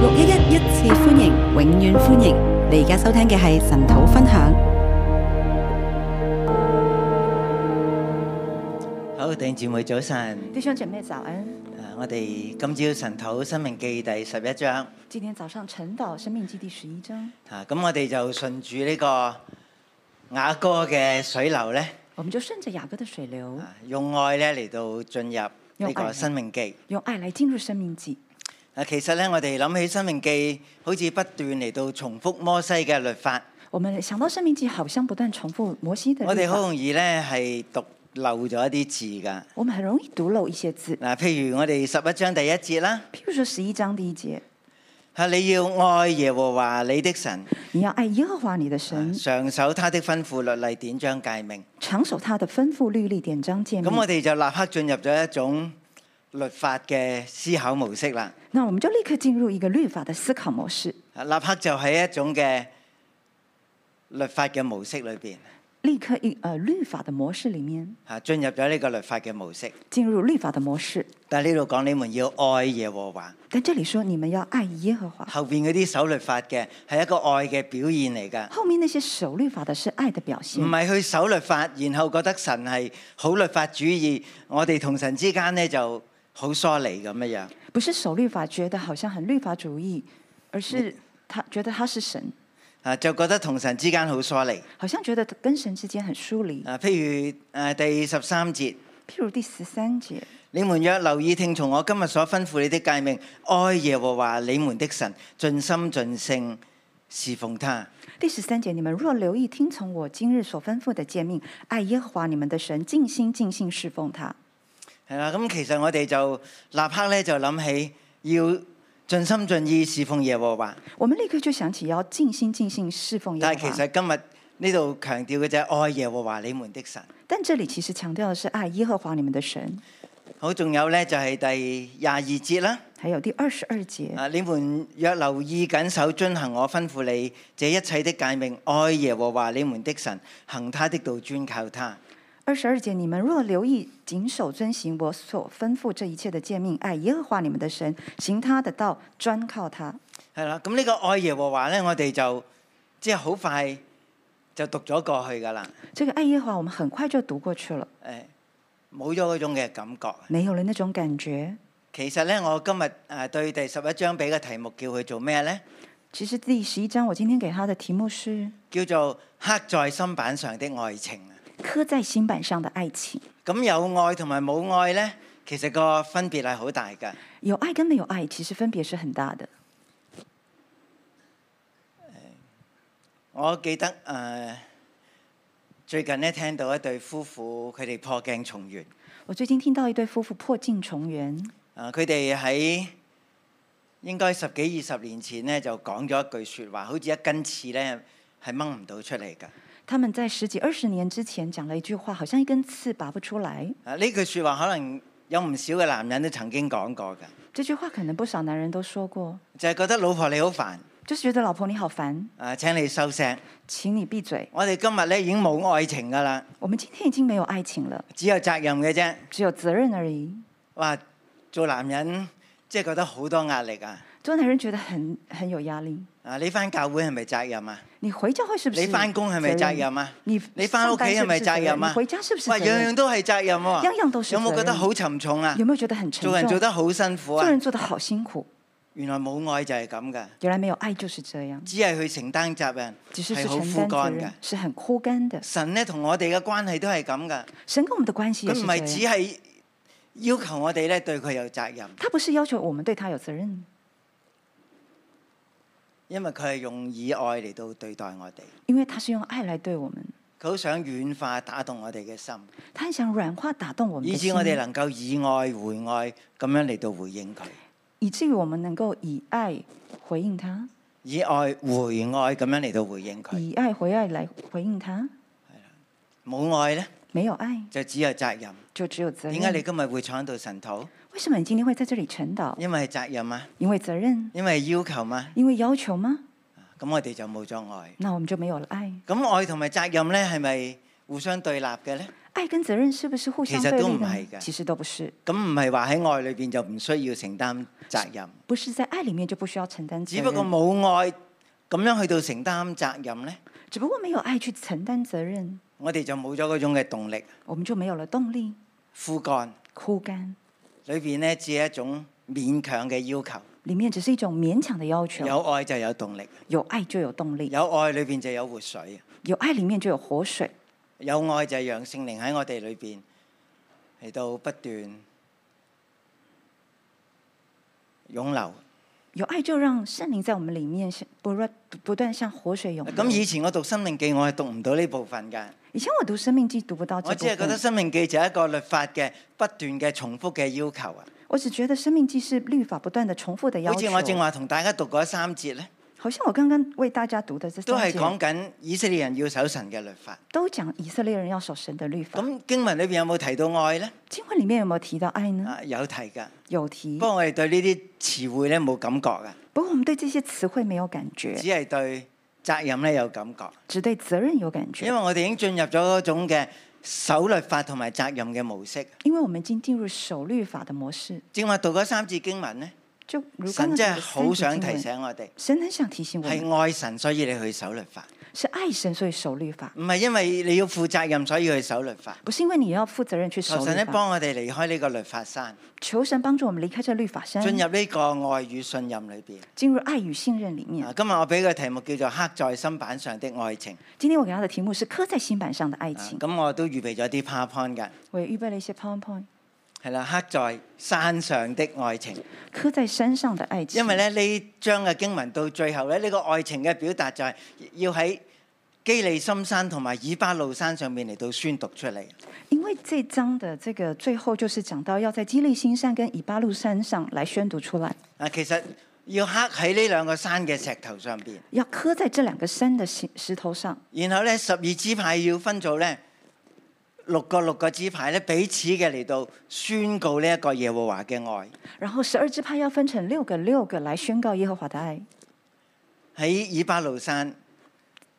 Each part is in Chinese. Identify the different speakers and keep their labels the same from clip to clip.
Speaker 1: 六一一一次歡迎，永遠歡迎！你而家收聽嘅係神土分享。
Speaker 2: 好，弟兄姊妹早晨。
Speaker 3: 弟兄姐妹早安！
Speaker 2: 啊，我哋今朝神土生命記第十一章。
Speaker 3: 今天早上晨祷《生命记》第十一章，
Speaker 2: 啊，咁我哋就順住呢個雅歌嘅水流咧，
Speaker 3: 我们就顺着雅各的水流，
Speaker 2: 啊用愛咧嚟到進入呢個生命記。
Speaker 3: 用爱来进入《生命记》。
Speaker 2: 啊，其實咧，我哋諗起生命記，好似不斷嚟到重複摩西嘅律法，
Speaker 3: 我们想到《生命记》，好像不断重复摩西的
Speaker 2: 我
Speaker 3: 律
Speaker 2: 哋好
Speaker 3: 法，
Speaker 2: 容易咧係讀漏咗一啲字㗎。
Speaker 3: 我们很容易读漏一些字。
Speaker 2: 嗱，譬如我哋十一章第一節啦，
Speaker 3: 譬如说十一章第一节，
Speaker 2: 啊，你要愛耶和華你的神，
Speaker 3: 你要爱耶和华你的神，
Speaker 2: 常守他的吩咐律例典章戒命。
Speaker 3: 常守他的吩咐、律例、典章、诫
Speaker 2: 咁我
Speaker 3: 命。
Speaker 2: 哋就立刻進入咗一種律法嘅思考模式啦。
Speaker 3: 那我们就立刻进入一个律法的思考模式，
Speaker 2: 啊立刻就喺一種嘅律法嘅模式裏邊，
Speaker 3: 立刻一呃律法的模式里面
Speaker 2: 啊進入咗呢個律法嘅模式。
Speaker 3: 进入律法的模式。
Speaker 2: 但係呢度講你們要愛耶和華，
Speaker 3: 但这里说你们要爱耶和华，
Speaker 2: 後邊嗰啲守律法嘅係一個愛嘅表現嚟㗎，
Speaker 3: 后面那些守律法的是爱的表现
Speaker 2: 唔。係去守律法，然後覺得神係好律法主義，我哋同神之間呢就好疏離咁樣樣。
Speaker 3: 不是守律法觉得好像很律法主义，而是
Speaker 2: 嗯
Speaker 3: 他觉得他是神，
Speaker 2: 啊，就覺得同神之間好疏離。
Speaker 3: 好像觉得跟神之间很疏离。
Speaker 2: 啊，譬如誒、啊第十三節。
Speaker 3: 譬如第十三节，
Speaker 2: 你們若留意聽從我今日所吩咐你的誡命，愛耶和華你們的神，盡心盡性侍奉他。
Speaker 3: 第十三节，你们若留意听从我今日所吩咐的诫命，爱耶和华你们的神，尽心尽性侍奉他。
Speaker 2: 係啦，咁其實我哋就立刻咧就諗起要盡心盡意侍奉耶和華，
Speaker 3: 我们立刻就想起要尽心尽性侍奉耶
Speaker 2: 但係
Speaker 3: 和
Speaker 2: 其
Speaker 3: 华。
Speaker 2: 實今日呢度強調嘅就係愛耶和華你們的神。
Speaker 3: 但这里其实强调的是爱耶和华你们的神。
Speaker 2: 好，仲有咧就係第廿二節啦。
Speaker 3: 还有第二十二节，
Speaker 2: 啊！你們若留意緊守遵行我吩咐你這一切的誡命，愛耶和華你們的神，行他的道，專靠他。
Speaker 3: 二十二节，你们若留意谨守遵行我所吩咐这一切的诫命，爱耶和华你们的神，行他的道，专靠他。
Speaker 2: 係啦，咁呢個愛耶和華咧，我哋就即係好快就讀咗過去噶啦，
Speaker 3: 这个爱耶和华，我们很快就读过去了，
Speaker 2: 誒冇咗嗰種嘅感覺。
Speaker 3: 没有了那种感覺。
Speaker 2: 其實咧，我今日誒對第十一章俾嘅題目叫佢做咩咧？
Speaker 3: 其实第十一章我今天给他的题目是
Speaker 2: 叫做刻在心板上的愛情啊！
Speaker 3: “刻在心板上的爱情
Speaker 2: 咁有愛同埋冇愛咧，其實個分別係好大㗎。”。
Speaker 3: 有爱跟没有爱，其实分别是很大的。
Speaker 2: 我記得誒、呃最近咧聽到一對夫婦佢哋破鏡重圓，
Speaker 3: 我最近听到一对夫妇破镜重圆，
Speaker 2: 啊佢哋喺應該十幾二十年前咧就講咗一句説話，好似一根刺咧係掹唔到出嚟㗎。
Speaker 3: 他们在十几二十年之前讲了一句话，好像一根刺拔不出来。
Speaker 2: 啊呢句説話可能有唔少嘅男人都曾經講過㗎，
Speaker 3: 这句話可能不少男人都说過，
Speaker 2: 就係、覺得老婆你好煩，
Speaker 3: 就是覺得老婆你好煩，
Speaker 2: 啊請你收聲。
Speaker 3: 請你閉嘴。
Speaker 2: 我哋今日咧已經冇愛情㗎啦，
Speaker 3: 我們今天已經沒有愛情了，
Speaker 2: 只有責任嘅啫。
Speaker 3: 只有責任而已。
Speaker 2: 哇，做男人即係覺得好多壓力啊！
Speaker 3: 做男人覺得很很有壓力。
Speaker 2: 啊你翻教會係咪責任啊？
Speaker 3: 你回教會是不是？
Speaker 2: 你翻工係咪責任啊？
Speaker 3: 你
Speaker 2: 你翻屋企係咪責任
Speaker 3: 上班是不是責任
Speaker 2: 啊？
Speaker 3: 你回家是不是
Speaker 2: 喂，
Speaker 3: 責任
Speaker 2: 樣樣都係責任喎。
Speaker 3: 樣樣都是
Speaker 2: 有冇覺
Speaker 3: 責
Speaker 2: 得
Speaker 3: 任
Speaker 2: 好沉重啊
Speaker 3: 有？没有觉得很沉重？
Speaker 2: 做人做得好辛苦
Speaker 3: 做
Speaker 2: 啊！
Speaker 3: 人做得好辛苦，
Speaker 2: 原來冇愛就係咁噶，
Speaker 3: 原来没有爱就是这样，
Speaker 2: 只係去承擔責任，
Speaker 3: 只是
Speaker 2: 係
Speaker 3: 去
Speaker 2: 好
Speaker 3: 承
Speaker 2: 枯
Speaker 3: 担责
Speaker 2: 乾噶
Speaker 3: 任。，是很枯干的。
Speaker 2: 神咧同我哋嘅關係都係咁噶，
Speaker 3: 神跟我们的关系也
Speaker 2: 佢
Speaker 3: 啊是啊
Speaker 2: 唔
Speaker 3: 这
Speaker 2: 係只
Speaker 3: 样，
Speaker 2: 係要求我哋咧對佢有責任，
Speaker 3: 他不是要求我們對他有責任，
Speaker 2: 因為佢係用以愛嚟到對待我哋，
Speaker 3: 因為他是用愛來對我們，
Speaker 2: 佢好想軟化打動我哋嘅心，
Speaker 3: 他很想软化打動我們
Speaker 2: 以
Speaker 3: 的
Speaker 2: 致
Speaker 3: 心，
Speaker 2: 我哋能夠以愛回愛咁樣嚟到回應佢，
Speaker 3: 以至於我們能夠以愛回應他，
Speaker 2: 以愛回愛咁樣嚟到回應佢。
Speaker 3: 以愛回愛來回應他。
Speaker 2: 冇愛咧，
Speaker 3: 沒有愛
Speaker 2: 就只有責任。
Speaker 3: 就只有責
Speaker 2: 點解你
Speaker 3: 任。
Speaker 2: 今日會闖到神土？
Speaker 3: 為什麼你今天會在這裡晨祷？
Speaker 2: 因為係責任嘛，
Speaker 3: 因為責任，
Speaker 2: 因為係要求嘛。
Speaker 3: 因為要求嗎？
Speaker 2: 咁我哋就冇咗愛。
Speaker 3: 那我們就沒有了愛。
Speaker 2: 咁愛同埋責任咧，係咪互相對立嘅咧？
Speaker 3: 爱跟责任是不是互相对
Speaker 2: 其實都
Speaker 3: 立
Speaker 2: 唔
Speaker 3: 呢
Speaker 2: 係㗎？
Speaker 3: 其实都不是，
Speaker 2: 咁唔係話喺愛裏邊就唔需要承擔責任，
Speaker 3: 不是在愛里面就不需要承擔
Speaker 2: 只
Speaker 3: 責
Speaker 2: 不過
Speaker 3: 任，
Speaker 2: 冇愛咁樣去到承擔責任咧，
Speaker 3: 只不過沒有愛去承擔責任，
Speaker 2: 我哋就冇咗嗰種嘅動力、
Speaker 3: 我們就沒有了動力，
Speaker 2: 枯幹
Speaker 3: 枯乾。
Speaker 2: 裏邊咧，只係一種勉強嘅要求。
Speaker 3: 里面只是一種勉強的要求，
Speaker 2: 有愛就有動力，
Speaker 3: 有愛就有動力，
Speaker 2: 有愛裏邊就有活水，
Speaker 3: 有愛里面就有活水，
Speaker 2: 有愛就係讓聖靈喺我哋裏邊嚟到不斷湧流。
Speaker 3: 有愛就讓聖靈在我們里面是不斷不斷像活水湧流。
Speaker 2: 咁以前我讀《生命記》，我係讀唔到呢部分㗎。
Speaker 3: 以前我讀《生命記》讀不到這
Speaker 2: 我
Speaker 3: 部
Speaker 2: 只係覺得《
Speaker 3: 分，
Speaker 2: 生命記》就係一個律法嘅不斷嘅重複嘅要求啊。
Speaker 3: 我只覺得《生命記》是律法不斷的重複的要
Speaker 2: 好似
Speaker 3: 求。
Speaker 2: 我正話同大家讀嗰三節咧，
Speaker 3: 好像我剛剛為大家讀的這
Speaker 2: 都
Speaker 3: 三
Speaker 2: 係
Speaker 3: 節，
Speaker 2: 講緊以色列人要守神嘅律法。
Speaker 3: 都講以色列人要守神的律法。
Speaker 2: 咁經文裏邊有冇提到愛咧？
Speaker 3: 經文裡面有沒有提到愛呢？
Speaker 2: 啊，有提㗎。
Speaker 3: 有
Speaker 2: 不
Speaker 3: 提，
Speaker 2: 過我哋對呢啲詞彙咧冇感覺㗎，
Speaker 3: 不過我們對這些詞彙沒有感覺
Speaker 2: 只，係對責任咧有感覺，
Speaker 3: 只對責任有感
Speaker 2: 因為
Speaker 3: 覺，
Speaker 2: 我哋已經進入咗嗰種嘅守律法同埋責任嘅模式。
Speaker 3: 因為我們已經進入守律法的模式。
Speaker 2: 正話讀嗰三節經文咧，
Speaker 3: 就如剛
Speaker 2: 神
Speaker 3: 剛
Speaker 2: 真係
Speaker 3: 讀的三
Speaker 2: 好
Speaker 3: 節
Speaker 2: 想
Speaker 3: 經
Speaker 2: 提
Speaker 3: 文嗯
Speaker 2: 醒我哋，
Speaker 3: 神很想提醒我們，
Speaker 2: 係愛神，所以你去守律法。
Speaker 3: 是愛神所以守律法，
Speaker 2: 唔係因為你要負責任，所以去守律法。
Speaker 3: 不是因為你要負責任去守
Speaker 2: 求神
Speaker 3: 律
Speaker 2: 咧
Speaker 3: 法。
Speaker 2: 幫我哋離開呢個律法山，
Speaker 3: 求神幫助我們離開這律法山，
Speaker 2: 進入呢個愛與信任裏邊。
Speaker 3: 進入愛與信任裡面
Speaker 2: 啊。今日我俾個題目叫做刻在心板上的愛情。
Speaker 3: 今天我給他的題目是刻在心板上的愛
Speaker 2: 啊
Speaker 3: 情，
Speaker 2: 咁、我都預備咗啲 PowerPoint 㗎，
Speaker 3: 我也預備了一些 PowerPoint，
Speaker 2: 係啦，刻在山上的愛情。
Speaker 3: 刻在山上的愛情。
Speaker 2: 因為咧呢章嘅經文到最後咧，呢、呢個愛情嘅表達就係要喺基利心山同埋以巴路山上面嚟到宣讀出嚟。
Speaker 3: 因為這章的這個最後就是講到要在基利新山跟以巴路山上來宣讀出來，
Speaker 2: 啊，其實要刻喺呢兩個山嘅石頭上邊。
Speaker 3: 要刻在這兩個山的石石頭上。
Speaker 2: 然後咧，十二支派要分做咧六個六個支派咧，彼此嘅嚟到宣告呢一個耶和華嘅愛。
Speaker 3: 然後十二支派要分成六個六個來宣告耶和華的愛，
Speaker 2: 喺以巴路山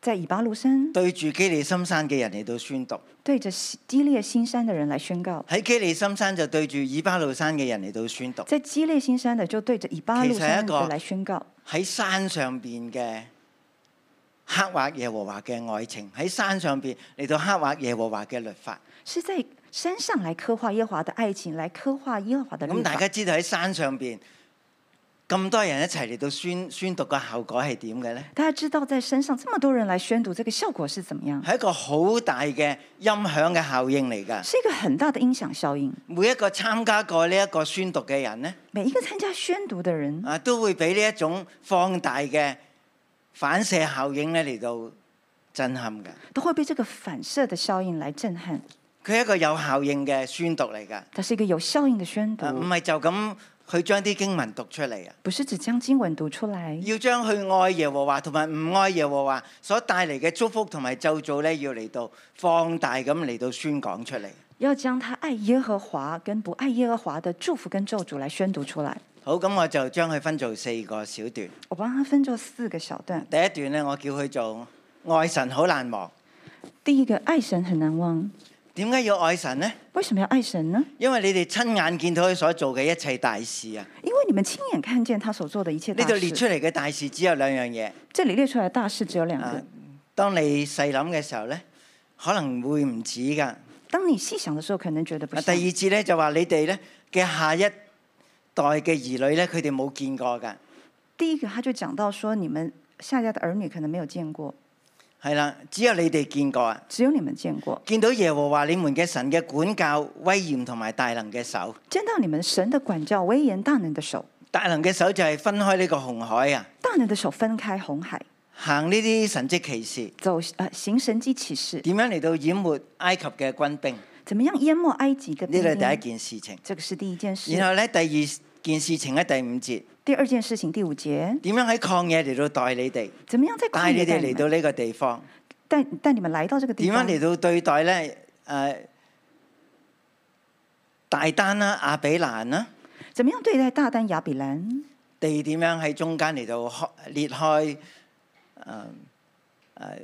Speaker 3: 在以巴路山
Speaker 2: 對住基利心山嘅人嚟到宣讀，
Speaker 3: 对着西基列新山的人來宣告。
Speaker 2: 喺基利心山就對住以巴路山嘅人嚟到宣讀。
Speaker 3: 在基列新山的就对着以巴路山
Speaker 2: 其實係一個
Speaker 3: 的来宣告，
Speaker 2: 喺山上邊嘅刻畫耶和華嘅愛情，喺山上邊嚟到刻畫耶和華嘅律法。
Speaker 3: 是在山上来刻畫耶和華的愛情，来刻畫耶和華的律
Speaker 2: 咁
Speaker 3: 法
Speaker 2: 大。家知道喺山上邊咁多人一齊嚟到宣宣讀嘅效果係點嘅咧？
Speaker 3: 大家知道，在山上這麼多人来宣讀，這個效果是怎麼樣？
Speaker 2: 係一個好大嘅音響嘅效應嚟㗎。
Speaker 3: 是一個很大的音響效應。
Speaker 2: 每一個參加過呢一個宣讀嘅人呢，
Speaker 3: 每一個參加宣讀的人，
Speaker 2: 啊都會俾呢一種放大嘅反射效應咧嚟到震撼㗎。
Speaker 3: 都會被這個反射的效應來震撼。
Speaker 2: 佢係一個有效應嘅宣讀嚟㗎，
Speaker 3: 它是一個有效應的宣讀
Speaker 2: 啊，唔係就咁去將啲經文讀出嚟啊，
Speaker 3: 不是只將經文讀出來，
Speaker 2: 要將去愛耶和華同埋唔愛耶和華所帶嚟嘅祝福同埋咒詛咧，要嚟到放大咁嚟到宣講出嚟。
Speaker 3: 要將他愛耶和華跟不愛耶和華的祝福跟咒詛來宣讀出來。
Speaker 2: 好，咁我就將佢分做四個小段。
Speaker 3: 我幫他分作四個小段。
Speaker 2: 第一段咧，我叫佢做愛神好難忘。
Speaker 3: 第一個，愛神很難忘。
Speaker 2: 點解要愛神呢？
Speaker 3: 為什麼要愛神呢？
Speaker 2: 因為你哋親眼見到佢所做嘅一切大事啊！
Speaker 3: 因為你們親眼看見他所做的一切
Speaker 2: 呢
Speaker 3: 大
Speaker 2: 度列出
Speaker 3: 事。
Speaker 2: 嚟嘅大事只有兩樣嘢。
Speaker 3: 這裡列出來的大事只有兩
Speaker 2: 啊
Speaker 3: 個。，
Speaker 2: 當你細諗嘅時候呢，可能會唔止㗎。啊
Speaker 3: 當你細想的時候，可能覺得不
Speaker 2: 第二
Speaker 3: 像。
Speaker 2: 節呢，就話你哋呢嘅下一代嘅兒女呢，佢哋冇見過㗎。
Speaker 3: 第一個，他就講到說，你們下家的兒女可能沒有見過，
Speaker 2: 係啦，只有你哋見過啊！
Speaker 3: 只有你們見過，
Speaker 2: 見到耶和華你們嘅神嘅管教、威嚴同埋大能嘅手。
Speaker 3: 見到你們神的管教、威嚴、大能的手，
Speaker 2: 大能嘅手就係分開呢個紅海啊，
Speaker 3: 大能的手分開紅海，
Speaker 2: 行呢啲神蹟奇事，
Speaker 3: 走呃行神蹟奇事，
Speaker 2: 點樣嚟到淹沒埃及嘅軍兵？呢
Speaker 3: 怎麼樣淹沒埃及的
Speaker 2: 度
Speaker 3: 兵
Speaker 2: 係
Speaker 3: 丁？
Speaker 2: 第一件事情。
Speaker 3: 這個是第一件
Speaker 2: 然
Speaker 3: 事。
Speaker 2: 後咧，第二件事情咧，第五節
Speaker 3: 第二件事情，第五節，
Speaker 2: 點樣喺曠野嚟到待你哋，
Speaker 3: 怎麼樣在
Speaker 2: 帶
Speaker 3: 曠
Speaker 2: 你
Speaker 3: 野
Speaker 2: 哋
Speaker 3: 帶你
Speaker 2: 嚟到
Speaker 3: 們，
Speaker 2: 呢個地方，
Speaker 3: 帶帶你們來到這個地
Speaker 2: 點樣
Speaker 3: 方，
Speaker 2: 嚟到對待咧？誒、大丹啦、亞比蘭啦，
Speaker 3: 怎麼樣對待大丹亞比蘭？
Speaker 2: 地點樣喺中間嚟到開裂呃開誒誒、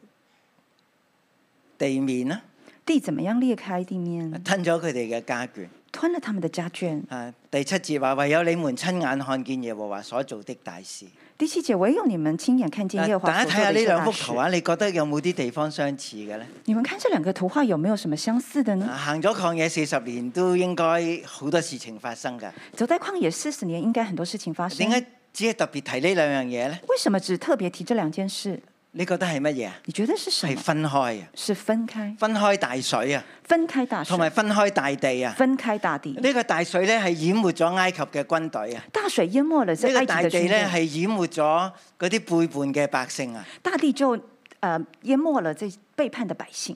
Speaker 2: 地面啦，
Speaker 3: 地怎么样裂开地面，
Speaker 2: 吞咗佢哋嘅家眷。
Speaker 3: 吞了他们的家眷。
Speaker 2: 啊，第七節話：唯有你們親眼看見耶和華所做的大事。
Speaker 3: 第七节，唯有你们亲眼看见
Speaker 2: 啊
Speaker 3: 耶和华
Speaker 2: 大家
Speaker 3: 所
Speaker 2: 睇
Speaker 3: 做
Speaker 2: 下呢
Speaker 3: 的一切
Speaker 2: 兩
Speaker 3: 大
Speaker 2: 幅啊圖
Speaker 3: 事。
Speaker 2: 畫，你覺得有冇啲地方相似嘅呢？
Speaker 3: 你们看这两个图画有没有什么相似的呢？
Speaker 2: 啊行咗曠野四十年，都應該好多事情發生㗎。
Speaker 3: 走在旷野四十年，应该很多事情发生
Speaker 2: 點。解只係特別提呢兩樣嘢呢？
Speaker 3: 为什么只特别提这两件事？
Speaker 2: 你覺得係乜嘢啊？
Speaker 3: 你觉得是什
Speaker 2: 係
Speaker 3: 么？
Speaker 2: 分開啊，
Speaker 3: 是分开，
Speaker 2: 分開大水啊，
Speaker 3: 分开大水
Speaker 2: 同，埋分開大地啊。
Speaker 3: 分开大地。
Speaker 2: 呢個大水咧係淹沒咗埃及嘅軍隊啊！
Speaker 3: 大水淹没了
Speaker 2: 呢
Speaker 3: 这埃
Speaker 2: 個
Speaker 3: 及
Speaker 2: 大
Speaker 3: 的
Speaker 2: 地
Speaker 3: 军
Speaker 2: 咧
Speaker 3: 队，
Speaker 2: 係淹沒咗嗰啲背叛嘅百姓啊！
Speaker 3: 大地就呃淹没了这背叛的百姓。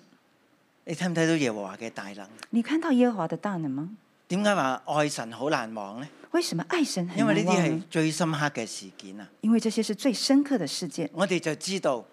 Speaker 2: 你睇唔睇到耶和華嘅大能？
Speaker 3: 你看到耶和华的大能吗？
Speaker 2: 點解話愛神好難忘呢？
Speaker 3: 为什么爱神很
Speaker 2: 因為
Speaker 3: 难
Speaker 2: 呢啲
Speaker 3: 忘呢
Speaker 2: 係？最深刻嘅事件啊！
Speaker 3: 因为这些是最深刻的事件，
Speaker 2: 我哋就知道，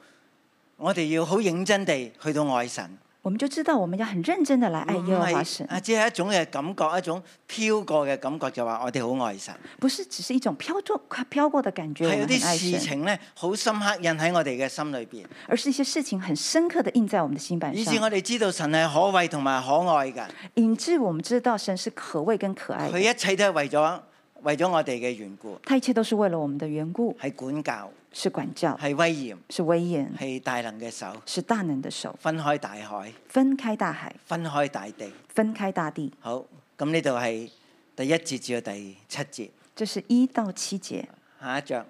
Speaker 2: 我哋要好認真地去到愛神，
Speaker 3: 我们就知道我们要很认真的来爱
Speaker 2: 唔
Speaker 3: 耶和华
Speaker 2: 係
Speaker 3: 神，
Speaker 2: 啊，只係一種嘅感覺，一種飄過嘅感覺，就話我哋好愛神。
Speaker 3: 不是只是一种飘过快飘过的感觉，我
Speaker 2: 係有
Speaker 3: 们很爱
Speaker 2: 啲事
Speaker 3: 神，
Speaker 2: 情咧，好深刻印喺我哋嘅心裏邊，
Speaker 3: 而是一些事情很深刻的印在我们的心板
Speaker 2: 以至
Speaker 3: 上，
Speaker 2: 我哋知道神係可畏同埋可愛㗎。
Speaker 3: 以致我们知道神是可畏跟可爱
Speaker 2: 佢
Speaker 3: 的，
Speaker 2: 一切都係為咗為咗我哋嘅緣故，
Speaker 3: 他一切都是为了我们的缘故，
Speaker 2: 係管教，
Speaker 3: 是管教，
Speaker 2: 係威嚴，
Speaker 3: 是威严，
Speaker 2: 係大能嘅手，
Speaker 3: 是大能的手，
Speaker 2: 分開大海，
Speaker 3: 分开大海，
Speaker 2: 分開大地。
Speaker 3: 分开大地。
Speaker 2: 好，咁呢度係第一節至到第七節。
Speaker 3: 这是一到七节。
Speaker 2: 下一章，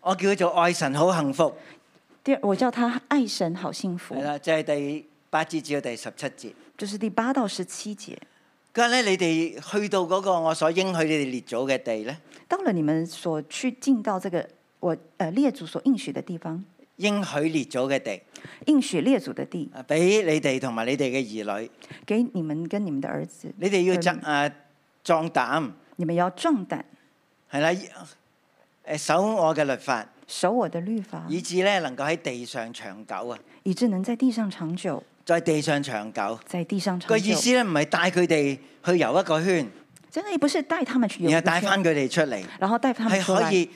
Speaker 2: 我叫佢做愛神好幸福，
Speaker 3: 第二，我叫他爱神好幸福
Speaker 2: 係，啦，就係第八節至到第十七節。
Speaker 3: 这是第八到十七节。
Speaker 2: 佢話咧，你哋去到嗰個我所應許你哋列祖嘅地咧，
Speaker 3: 到了你们所去进到这个我呃列祖所应许的地方，
Speaker 2: 應許列祖嘅地，
Speaker 3: 应许列祖的地，
Speaker 2: 啊俾你哋同埋你哋嘅兒女，
Speaker 3: 给你们跟你们的儿子，
Speaker 2: 你哋要
Speaker 3: 嗯
Speaker 2: 壯啊壯膽，
Speaker 3: 你们要壮胆，
Speaker 2: 係啦，誒守我嘅律法，
Speaker 3: 守我的律法，
Speaker 2: 以致咧能夠喺地上長久啊，
Speaker 3: 以致能在地上长久，
Speaker 2: 在地上長久。
Speaker 3: 在地上长
Speaker 2: 個意思
Speaker 3: 久。
Speaker 2: 咧唔係帶佢哋去遊一個圈，
Speaker 3: 真的不是带他们去游
Speaker 2: 然後
Speaker 3: 一个
Speaker 2: 帶
Speaker 3: 圈
Speaker 2: 翻佢哋出嚟，
Speaker 3: 然后带他们
Speaker 2: 係
Speaker 3: 出
Speaker 2: 可
Speaker 3: 来，
Speaker 2: 以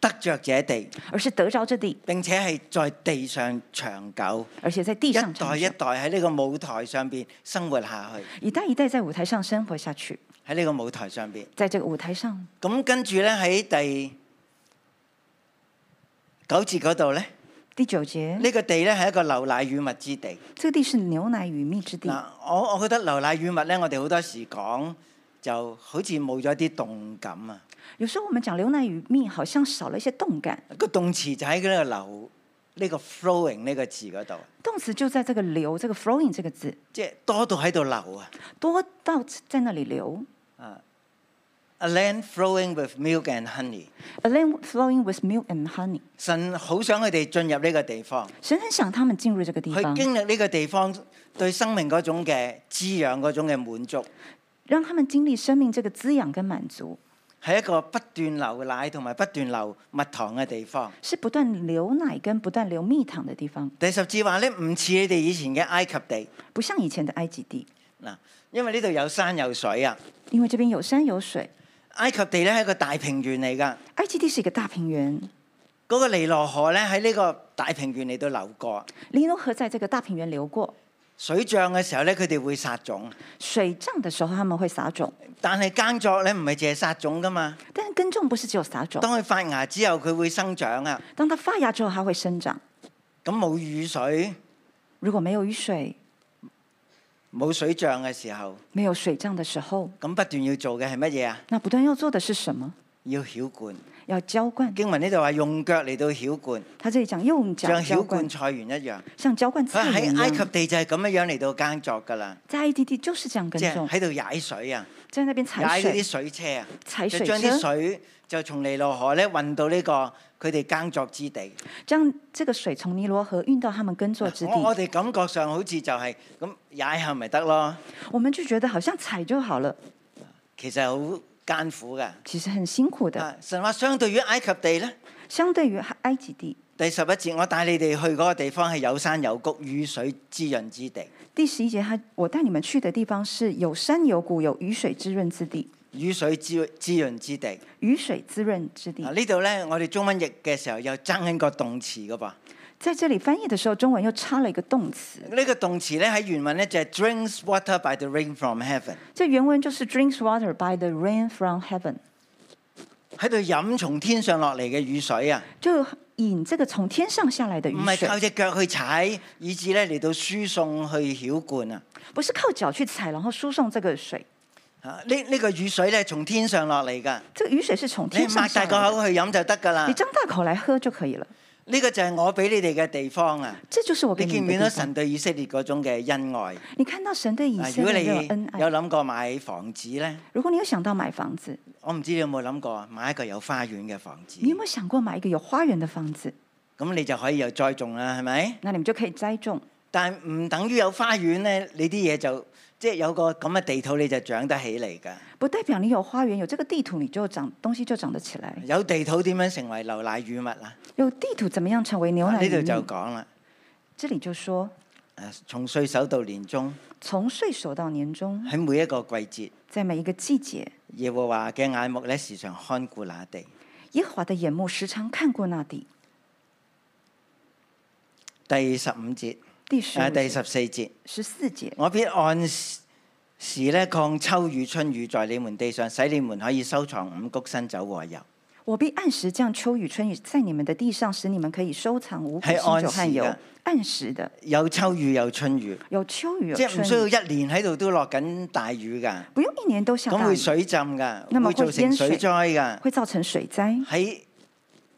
Speaker 2: 得着這地。
Speaker 3: 而是得着这地，
Speaker 2: 並且係在地上長久，
Speaker 3: 而且在
Speaker 2: 一
Speaker 3: 地上
Speaker 2: 代
Speaker 3: 长
Speaker 2: 一
Speaker 3: 久，
Speaker 2: 代喺呢個舞台上邊生活下去，
Speaker 3: 一代一代在舞台上生活下去，
Speaker 2: 喺呢個舞台上邊。
Speaker 3: 在这个舞台上。
Speaker 2: 咁跟住咧喺第九節嗰度咧，
Speaker 3: 第九节
Speaker 2: 呢、，個地咧係一個流奶與蜜之地。
Speaker 3: 这个地是牛奶与蜜之地。
Speaker 2: 嗱，我我覺得流奶與蜜咧，我哋好多時講就好似冇咗啲動感啊。
Speaker 3: 有时候我们讲流奶与蜜，好像少了一些动感。
Speaker 2: 個動詞就喺呢個流呢、個 flowing 呢個字嗰度，
Speaker 3: 动词就在这个“流”这个 “flowing” 这个字，
Speaker 2: 即係多到喺度流啊。
Speaker 3: 多到在那里流。
Speaker 2: A land flowing with milk and honey。
Speaker 3: A land flowing with milk and honey。
Speaker 2: 神好想佢哋進入呢個地方，
Speaker 3: 神很想他们进入这个地
Speaker 2: 去
Speaker 3: 方，
Speaker 2: 經歷呢個地方對生命嗰種嘅滋養、嗰種嘅滿足，
Speaker 3: 让他们经历生命这个滋养跟滿足，
Speaker 2: 係一個不斷流奶同埋不斷流蜜糖嘅地方。
Speaker 3: 是不断流奶跟不断流蜜糖的地方，
Speaker 2: 第十節話呢，唔似你哋以前嘅埃及地
Speaker 3: 不像以前的埃及地，
Speaker 2: 嗱，因為呢度有山有水啊。
Speaker 3: 因为这边有山有水。
Speaker 2: 埃及地咧係一個大平原嚟㗎，
Speaker 3: 埃及地是一个大平原，
Speaker 2: 嗰、個尼羅河咧喺呢個大平原嚟到流過，
Speaker 3: 尼罗河在这个大平原流过，
Speaker 2: 水漲嘅時候咧佢哋會撒種，
Speaker 3: 水涨的时候他们会撒种，
Speaker 2: 但係耕作咧唔係淨係撒種㗎嘛，
Speaker 3: 但是耕种不是只有撒种，
Speaker 2: 當佢發芽之後佢會生長啊，
Speaker 3: 当它发芽之后它会生长。
Speaker 2: 咁冇雨水。
Speaker 3: 如果没有雨水，
Speaker 2: 冇水漲嘅時候，
Speaker 3: 没有水涨的时候，
Speaker 2: 咁不斷要做嘅係乜嘢啊？
Speaker 3: 那不断要做的是什么？
Speaker 2: 要曉灌。
Speaker 3: 要浇灌。
Speaker 2: 經文呢度話用腳嚟到曉灌，
Speaker 3: 他这里讲用
Speaker 2: 像
Speaker 3: 脚浇
Speaker 2: 曉
Speaker 3: 灌
Speaker 2: 灌，菜園一樣。
Speaker 3: 像浇灌
Speaker 2: 佢
Speaker 3: 菜
Speaker 2: 話
Speaker 3: 园一
Speaker 2: 喺埃及
Speaker 3: 样。
Speaker 2: 地就係咁樣樣嚟到耕作㗎啦，
Speaker 3: 在 IDD 就是这样耕
Speaker 2: 即係
Speaker 3: 种，
Speaker 2: 喺度踩水啊，
Speaker 3: 在那边
Speaker 2: 踩
Speaker 3: 踩
Speaker 2: 呢啲
Speaker 3: 水，
Speaker 2: 水車啊，
Speaker 3: 踩
Speaker 2: 就
Speaker 3: 水
Speaker 2: 將啲
Speaker 3: 车，
Speaker 2: 水就從尼羅河咧運到呢個佢哋耕作之地。
Speaker 3: 将这个水从尼罗河运到他们耕作之
Speaker 2: 我我
Speaker 3: 地。
Speaker 2: 哋感覺上好似就係咁踩下咪得咯，
Speaker 3: 我们就觉得好像踩就好了，
Speaker 2: 其實好艱苦㗎。
Speaker 3: 其实很辛苦的。
Speaker 2: 啊，神話相對於埃及地咧。
Speaker 3: 相對于埃及地，
Speaker 2: 第十一節，我帶你哋去嗰個地方係有山有谷、雨水滋潤之地。
Speaker 3: 第十一节他我带你们去的地方是有山有谷有雨水滋润之地，
Speaker 2: 雨水滋滋潤之地。
Speaker 3: 雨水滋润之地
Speaker 2: 啊，。呢度呢，我哋中文譯嘅時候又爭緊個動詞噶噃。
Speaker 3: 在这里翻译的时候，中文又插了一个动词，
Speaker 2: 呢個動詞咧喺原文咧就係 drinks water by the rain from heaven，
Speaker 3: 这原文就是 drinks water by the rain from heaven，
Speaker 2: 喺度飲從天上落嚟嘅雨水啊，
Speaker 3: 就引这个从天上下来的雨
Speaker 2: 唔係
Speaker 3: 水
Speaker 2: 靠，隻腳去踩，以至咧嚟到輸送去曉灌啊。
Speaker 3: 不是靠脚去踩，然后输送这个水。
Speaker 2: 啊！呢呢個雨水咧，從天上落嚟㗎，
Speaker 3: 这个雨水是从
Speaker 2: 你
Speaker 3: 天上
Speaker 2: 擘
Speaker 3: 下
Speaker 2: 大
Speaker 3: 来
Speaker 2: 個
Speaker 3: 的，
Speaker 2: 口啊去飲就得㗎啦
Speaker 3: 你。张大口来喝就可以了。
Speaker 2: 呢個就係我俾你哋嘅地方啊！
Speaker 3: 这就是我给
Speaker 2: 你
Speaker 3: 你
Speaker 2: 見唔
Speaker 3: 们的
Speaker 2: 見
Speaker 3: 地
Speaker 2: 到
Speaker 3: 方。
Speaker 2: 神對以色列嗰種嘅恩愛？
Speaker 3: 你看到神对以
Speaker 2: 啊！
Speaker 3: 色
Speaker 2: 如果
Speaker 3: 列
Speaker 2: 你
Speaker 3: 的恩
Speaker 2: 有
Speaker 3: 爱，
Speaker 2: 諗過買房子咧，
Speaker 3: 如果你有想到买房子，
Speaker 2: 我唔知你有冇諗過啊買一個有花園嘅房子
Speaker 3: 你，有没有想过买一个有花园的房子？
Speaker 2: 咁你就可以有栽種啦，係咪？
Speaker 3: 那你们就可以栽种。
Speaker 2: 但係唔等於有花園咧，你啲嘢就即係有個咁嘅地土，你就長得起嚟㗎。
Speaker 3: 不代表你有花园，有这个地图，你就长东西就长得起来。
Speaker 2: 有地土點樣成為流奶與蜜啊？
Speaker 3: 有地图怎么样成为牛
Speaker 2: 啊
Speaker 3: 奶
Speaker 2: 呢
Speaker 3: 与
Speaker 2: 度
Speaker 3: 蜜？
Speaker 2: 就講啦，啊
Speaker 3: 这里就说，
Speaker 2: 誒從歲首到年中，
Speaker 3: 从岁首到年终，
Speaker 2: 喺每一個季節。
Speaker 3: 在每一个季节，
Speaker 2: 耶和華嘅眼目咧，時常看顧那地。
Speaker 3: 耶和华的眼目时常看过那地。
Speaker 2: 第十五節，
Speaker 3: 第十
Speaker 2: 啊，
Speaker 3: 五
Speaker 2: 第
Speaker 3: 节、
Speaker 2: 十四節，
Speaker 3: 十四节，
Speaker 2: 我必按時咧降秋雨春雨在你們地上，使你們可以收藏五谷新酒和油。
Speaker 3: 我必按时降秋雨、春雨在你们的地上，使你们可以收藏五谷、
Speaker 2: 还
Speaker 3: 新
Speaker 2: 按
Speaker 3: 酒
Speaker 2: 时
Speaker 3: 和油
Speaker 2: 的。
Speaker 3: 按时的，
Speaker 2: 有秋雨有春雨，
Speaker 3: 有秋雨，有
Speaker 2: 即係唔需
Speaker 3: 春
Speaker 2: 要
Speaker 3: 雨，
Speaker 2: 一年喺度都落緊大雨㗎，
Speaker 3: 不用一年都下
Speaker 2: 咁
Speaker 3: 大
Speaker 2: 會
Speaker 3: 雨，
Speaker 2: 水浸㗎，
Speaker 3: 那麼
Speaker 2: 會
Speaker 3: 會
Speaker 2: 造成
Speaker 3: 淹水
Speaker 2: 水災㗎。
Speaker 3: 会造成水灾。
Speaker 2: 喺季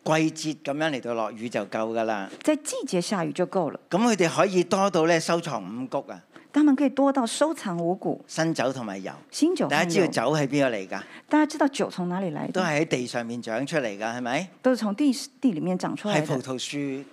Speaker 2: 節咁樣嚟到落雨就夠㗎啦。
Speaker 3: 在季节下雨就够了，
Speaker 2: 咁佢哋可以多到咧收藏五谷啊、
Speaker 3: 他们可以多到收藏五谷、
Speaker 2: 新酒同埋油。
Speaker 3: 新酒
Speaker 2: 大家
Speaker 3: 和
Speaker 2: 知道
Speaker 3: 油。
Speaker 2: 酒喺邊度嚟㗎？
Speaker 3: 大家知道酒从哪里来
Speaker 2: 都
Speaker 3: 的？
Speaker 2: 係喺地上面長出嚟㗎，係咪？
Speaker 3: 都是从地地里面长出来
Speaker 2: 係葡
Speaker 3: 的，
Speaker 2: 萄樹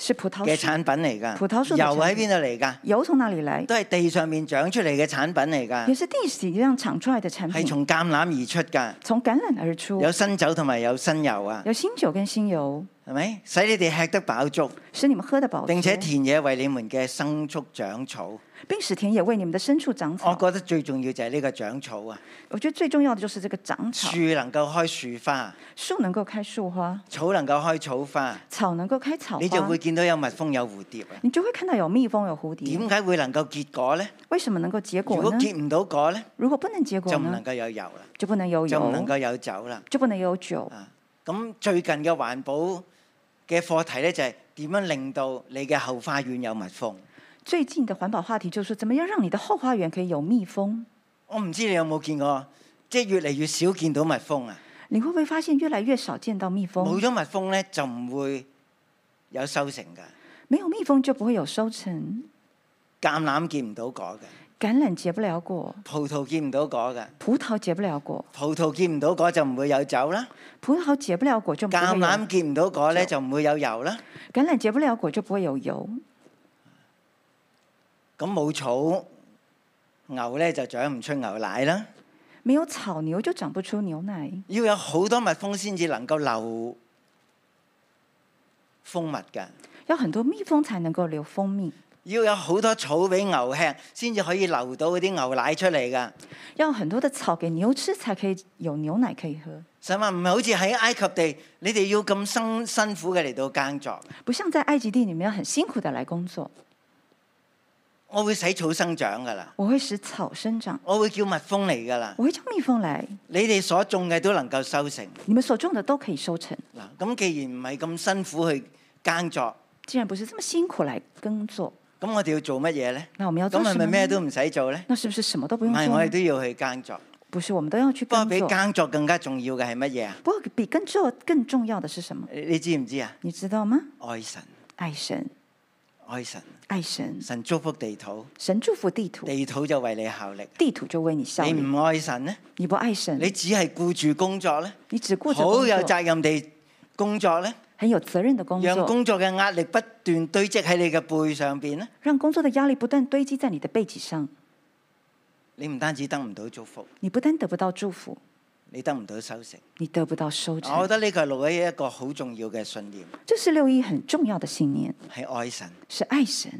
Speaker 3: 是葡萄
Speaker 2: 嘅
Speaker 3: 树。
Speaker 2: 產品嚟㗎。
Speaker 3: 葡萄樹嘅
Speaker 2: 油
Speaker 3: 產品
Speaker 2: 喺邊度嚟㗎？
Speaker 3: 油从哪里来？
Speaker 2: 都係地上面長出嚟嘅產品嚟
Speaker 3: 也
Speaker 2: 㗎，
Speaker 3: 是地底上长出来的产
Speaker 2: 係
Speaker 3: 品，
Speaker 2: 從橄欖而出㗎。
Speaker 3: 从橄榄而出。
Speaker 2: 有新酒同埋有新油啊，
Speaker 3: 有新酒跟新油，
Speaker 2: 係咪？使你哋吃得飽足，
Speaker 3: 使你们喝得饱足，
Speaker 2: 並且田野為你們嘅牲畜長草。
Speaker 3: 并使田野为你们的牲畜长
Speaker 2: 我
Speaker 3: 草。
Speaker 2: 覺得最重要就係呢個長草啊，
Speaker 3: 我觉得最重要的就是这个长草
Speaker 2: 樹，能夠開樹花，
Speaker 3: 树能够开树花，
Speaker 2: 草能夠開草花，
Speaker 3: 草能够开草花，
Speaker 2: 你就會見到有蜜蜂有蝴蝶啊。
Speaker 3: 你就会看到有蜜蜂有蝴蝶。
Speaker 2: 點解會能夠結果呢？
Speaker 3: 为什么能够结
Speaker 2: 如
Speaker 3: 果
Speaker 2: 果
Speaker 3: 呢？
Speaker 2: 結唔到果呢，
Speaker 3: 如果不能结果
Speaker 2: 就唔
Speaker 3: 呢
Speaker 2: 能，夠有油啦，
Speaker 3: 就不能有
Speaker 2: 就唔
Speaker 3: 油，
Speaker 2: 能夠有酒啦。
Speaker 3: 就不能有酒。
Speaker 2: 啊，咁最近嘅環保嘅課題咧，就係點樣令到你嘅後花園有蜜蜂。
Speaker 3: 最近的环保话题就是怎么样让你的后花园可以有蜜蜂。
Speaker 2: 我唔知你有冇見過，即係越嚟越少見到蜜蜂啊！
Speaker 3: 你会不会发现越来越少见到蜜
Speaker 2: 冇
Speaker 3: 蜂？
Speaker 2: 咗蜜蜂咧，就唔會有收成㗎。
Speaker 3: 没有蜜蜂就不会有收成，
Speaker 2: 橄欖見唔到果嘅，
Speaker 3: 橄榄结不了果，
Speaker 2: 葡萄見唔到果嘅，
Speaker 3: 葡萄结不了果，
Speaker 2: 葡萄見唔到果就唔會有酒啦。
Speaker 3: 葡萄结不了果就不会有
Speaker 2: 橄欖見唔到果咧，就唔會有油啦。
Speaker 3: 橄榄结不了果就不会有油，
Speaker 2: 咁冇草，牛咧就長唔出牛奶啦。
Speaker 3: 没有草牛就长不出牛奶，
Speaker 2: 要有好多蜜蜂先至能夠留蜂蜜㗎，
Speaker 3: 要很多蜜蜂才能够留蜂蜜，
Speaker 2: 要有好多草俾牛吃，先至可以留到嗰啲牛奶出嚟㗎。
Speaker 3: 要很多的草给牛吃才可以有牛奶可以喝，
Speaker 2: 神話唔係好似喺埃及地，你哋要咁辛辛苦嘅嚟到耕作。
Speaker 3: 不像在埃及地里面很辛苦的来工作。
Speaker 2: 我會使草生長㗎啦，
Speaker 3: 我会使草生长，
Speaker 2: 我會叫蜜蜂嚟㗎啦。
Speaker 3: 我会叫蜜蜂来，
Speaker 2: 你哋所種嘅都能夠收成
Speaker 3: 你们所种的都可以收成。
Speaker 2: 嗱。咁既然唔係咁辛苦去耕作，
Speaker 3: 既然不是这么辛苦来耕作，
Speaker 2: 咁我哋要做乜嘢呢？
Speaker 3: 那我们要
Speaker 2: 咁
Speaker 3: 做
Speaker 2: 係
Speaker 3: 什
Speaker 2: 咪
Speaker 3: 么
Speaker 2: 咩
Speaker 3: 呢？
Speaker 2: 都唔使做呢？
Speaker 3: 那是不是什么都
Speaker 2: 唔
Speaker 3: 不用
Speaker 2: 係，我
Speaker 3: 做
Speaker 2: 哋
Speaker 3: 呢？
Speaker 2: 都要去耕作。
Speaker 3: 不是，我们都要去
Speaker 2: 不過
Speaker 3: 耕
Speaker 2: 比
Speaker 3: 作。
Speaker 2: 耕作更加重要嘅係乜嘢啊？
Speaker 3: 不过比耕作更重要的是什么？
Speaker 2: 你你知唔知啊？
Speaker 3: 你知道吗？
Speaker 2: 愛神，
Speaker 3: 爱神，
Speaker 2: 愛神，
Speaker 3: 爱神，
Speaker 2: 神祝福地土，
Speaker 3: 神祝福地土，
Speaker 2: 地土就為你效力。
Speaker 3: 地土就为你效
Speaker 2: 你
Speaker 3: 力。
Speaker 2: 唔愛神呢？
Speaker 3: 你不爱神，
Speaker 2: 你只係顧住工作呢？
Speaker 3: 你只顾着
Speaker 2: 好
Speaker 3: 工
Speaker 2: 有
Speaker 3: 作，
Speaker 2: 責任地工作呢？
Speaker 3: 很有责任的工
Speaker 2: 讓
Speaker 3: 作，
Speaker 2: 工作嘅壓力不斷堆積喺你嘅背上邊呢？
Speaker 3: 让工作的压力不断堆积在你的背脊上，
Speaker 2: 你唔單止得唔到祝福，
Speaker 3: 你不但得不到祝福，
Speaker 2: 你得唔到收成。
Speaker 3: 你得不到收
Speaker 2: 我覺
Speaker 3: 成。
Speaker 2: 得呢個係六一一個好重要嘅信念，
Speaker 3: 这是六一很重要的信念，
Speaker 2: 係愛神。
Speaker 3: 是爱神。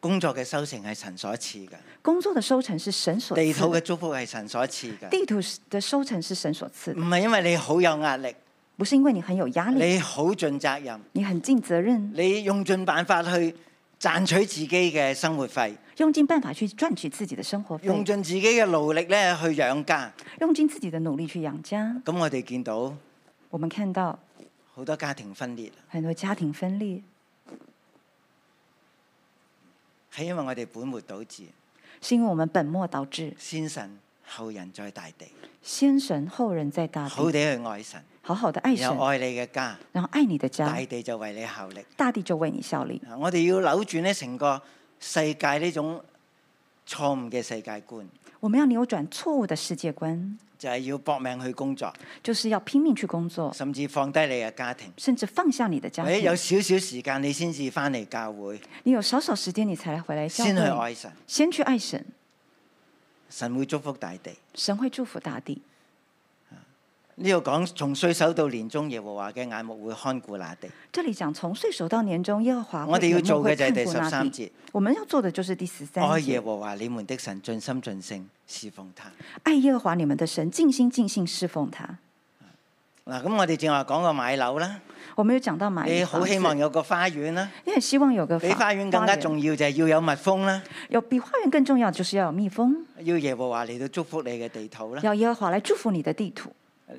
Speaker 2: 工作嘅收成係神所賜嘅，
Speaker 3: 工作的收成是神所
Speaker 2: 地
Speaker 3: 赐
Speaker 2: 土嘅
Speaker 3: 的，
Speaker 2: 祝福係神所賜嘅，
Speaker 3: 地土的收成是神所赐的，
Speaker 2: 唔係因為你好有壓力，
Speaker 3: 不不是因为你很有压力，
Speaker 2: 你好盡責任，
Speaker 3: 你很尽责任，
Speaker 2: 你用盡辦法去賺取自己嘅生活費，
Speaker 3: 用尽办法去赚取自己的生活费，
Speaker 2: 用盡自己嘅勞力咧去養家。
Speaker 3: 用尽自己的努力去养家。
Speaker 2: 咁我哋見到
Speaker 3: 我们看到
Speaker 2: 好多家庭分裂，
Speaker 3: 很多家庭分裂，
Speaker 2: 係因為我哋本末倒置，
Speaker 3: 是因为我们本末倒置，
Speaker 2: 先神後人在大地，
Speaker 3: 先神后人在大
Speaker 2: 好
Speaker 3: 地，
Speaker 2: 地去愛神，
Speaker 3: 好好的愛神
Speaker 2: 然，後愛你嘅家，
Speaker 3: 然后爱你的
Speaker 2: 大
Speaker 3: 家，
Speaker 2: 地就為你效力。
Speaker 3: 大地就为你效力。
Speaker 2: 啊我哋要扭轉呢成個世界呢種錯誤嘅世界觀，
Speaker 3: 我们要扭转错误的世界观，
Speaker 2: 就係要搏命去工作，
Speaker 3: 就是要拼命去工作，
Speaker 2: 甚至放低你嘅家庭。
Speaker 3: 甚至放下你的家
Speaker 2: 或者哎有
Speaker 3: 庭。
Speaker 2: 少少時間你先至翻嚟教會，
Speaker 3: 你有少少时间，你才来回来教
Speaker 2: 先去
Speaker 3: 会，
Speaker 2: 愛神，
Speaker 3: 先去爱神，
Speaker 2: 神會祝福大地。
Speaker 3: 神会祝福大地。
Speaker 2: 呢度講從歲首到年終，耶和華嘅眼目會看顧那地。
Speaker 3: 这里讲从岁首到年终，耶和华会
Speaker 2: 我哋要
Speaker 3: 眼目
Speaker 2: 做
Speaker 3: 会
Speaker 2: 嘅就係
Speaker 3: 看
Speaker 2: 第
Speaker 3: 顾
Speaker 2: 十
Speaker 3: 那
Speaker 2: 三
Speaker 3: 地
Speaker 2: 節，
Speaker 3: 我们要做的就是第十
Speaker 2: 愛
Speaker 3: 三
Speaker 2: 耶
Speaker 3: 节，
Speaker 2: 和華你們的神，盡心盡性侍奉他。
Speaker 3: 爱耶和华你们的神，尽心尽性侍奉他。
Speaker 2: 嗱，咁我哋正話講過買樓啦，
Speaker 3: 我们有講到买
Speaker 2: 你
Speaker 3: 房
Speaker 2: 好
Speaker 3: 子
Speaker 2: 希望有個花園啦，
Speaker 3: 你很希望有个
Speaker 2: 比花園更加重要就係要有蜜蜂啦，
Speaker 3: 花园有比花园更重要，就是要有蜜蜂，
Speaker 2: 要耶和華嚟到祝福你嘅地土啦。
Speaker 3: 要耶和華来祝福你的地土。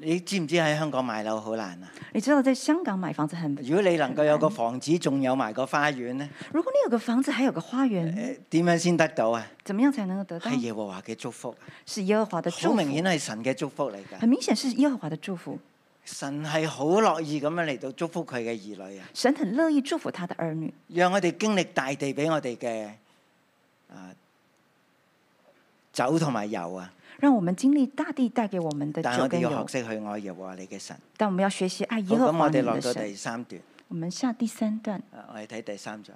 Speaker 2: 你知唔知喺香港買樓好難啊？
Speaker 3: 你知道在香港买房子很，
Speaker 2: 如果你能夠有個房子，仲有埋個花園呢，
Speaker 3: 如果你有个房子还有个花园，
Speaker 2: 誒點樣先得到啊？
Speaker 3: 怎么样才能够得到
Speaker 2: 係？耶和華嘅祝福啊。
Speaker 3: 是耶和華的
Speaker 2: 好
Speaker 3: 祝福，
Speaker 2: 明顯係神嘅祝福嚟㗎。
Speaker 3: 很明显是耶和華的祝福。
Speaker 2: 神係好樂意咁樣嚟到祝福佢嘅兒女啊，
Speaker 3: 神很乐意祝福他的儿女，
Speaker 2: 讓我哋經歷大地俾我哋嘅啊酒同埋油啊，
Speaker 3: 让我们经历大地带给我们的
Speaker 2: 但係
Speaker 3: 酒
Speaker 2: 我哋
Speaker 3: 跟
Speaker 2: 要
Speaker 3: 油。
Speaker 2: 學識去愛耶和華你嘅神。
Speaker 3: 但我们要学习
Speaker 2: 好，
Speaker 3: 爱耶和
Speaker 2: 咁
Speaker 3: 華
Speaker 2: 我哋
Speaker 3: 你们
Speaker 2: 落
Speaker 3: 的
Speaker 2: 到第
Speaker 3: 神。
Speaker 2: 三段，
Speaker 3: 我们下第三段，
Speaker 2: 啊我哋睇第三章，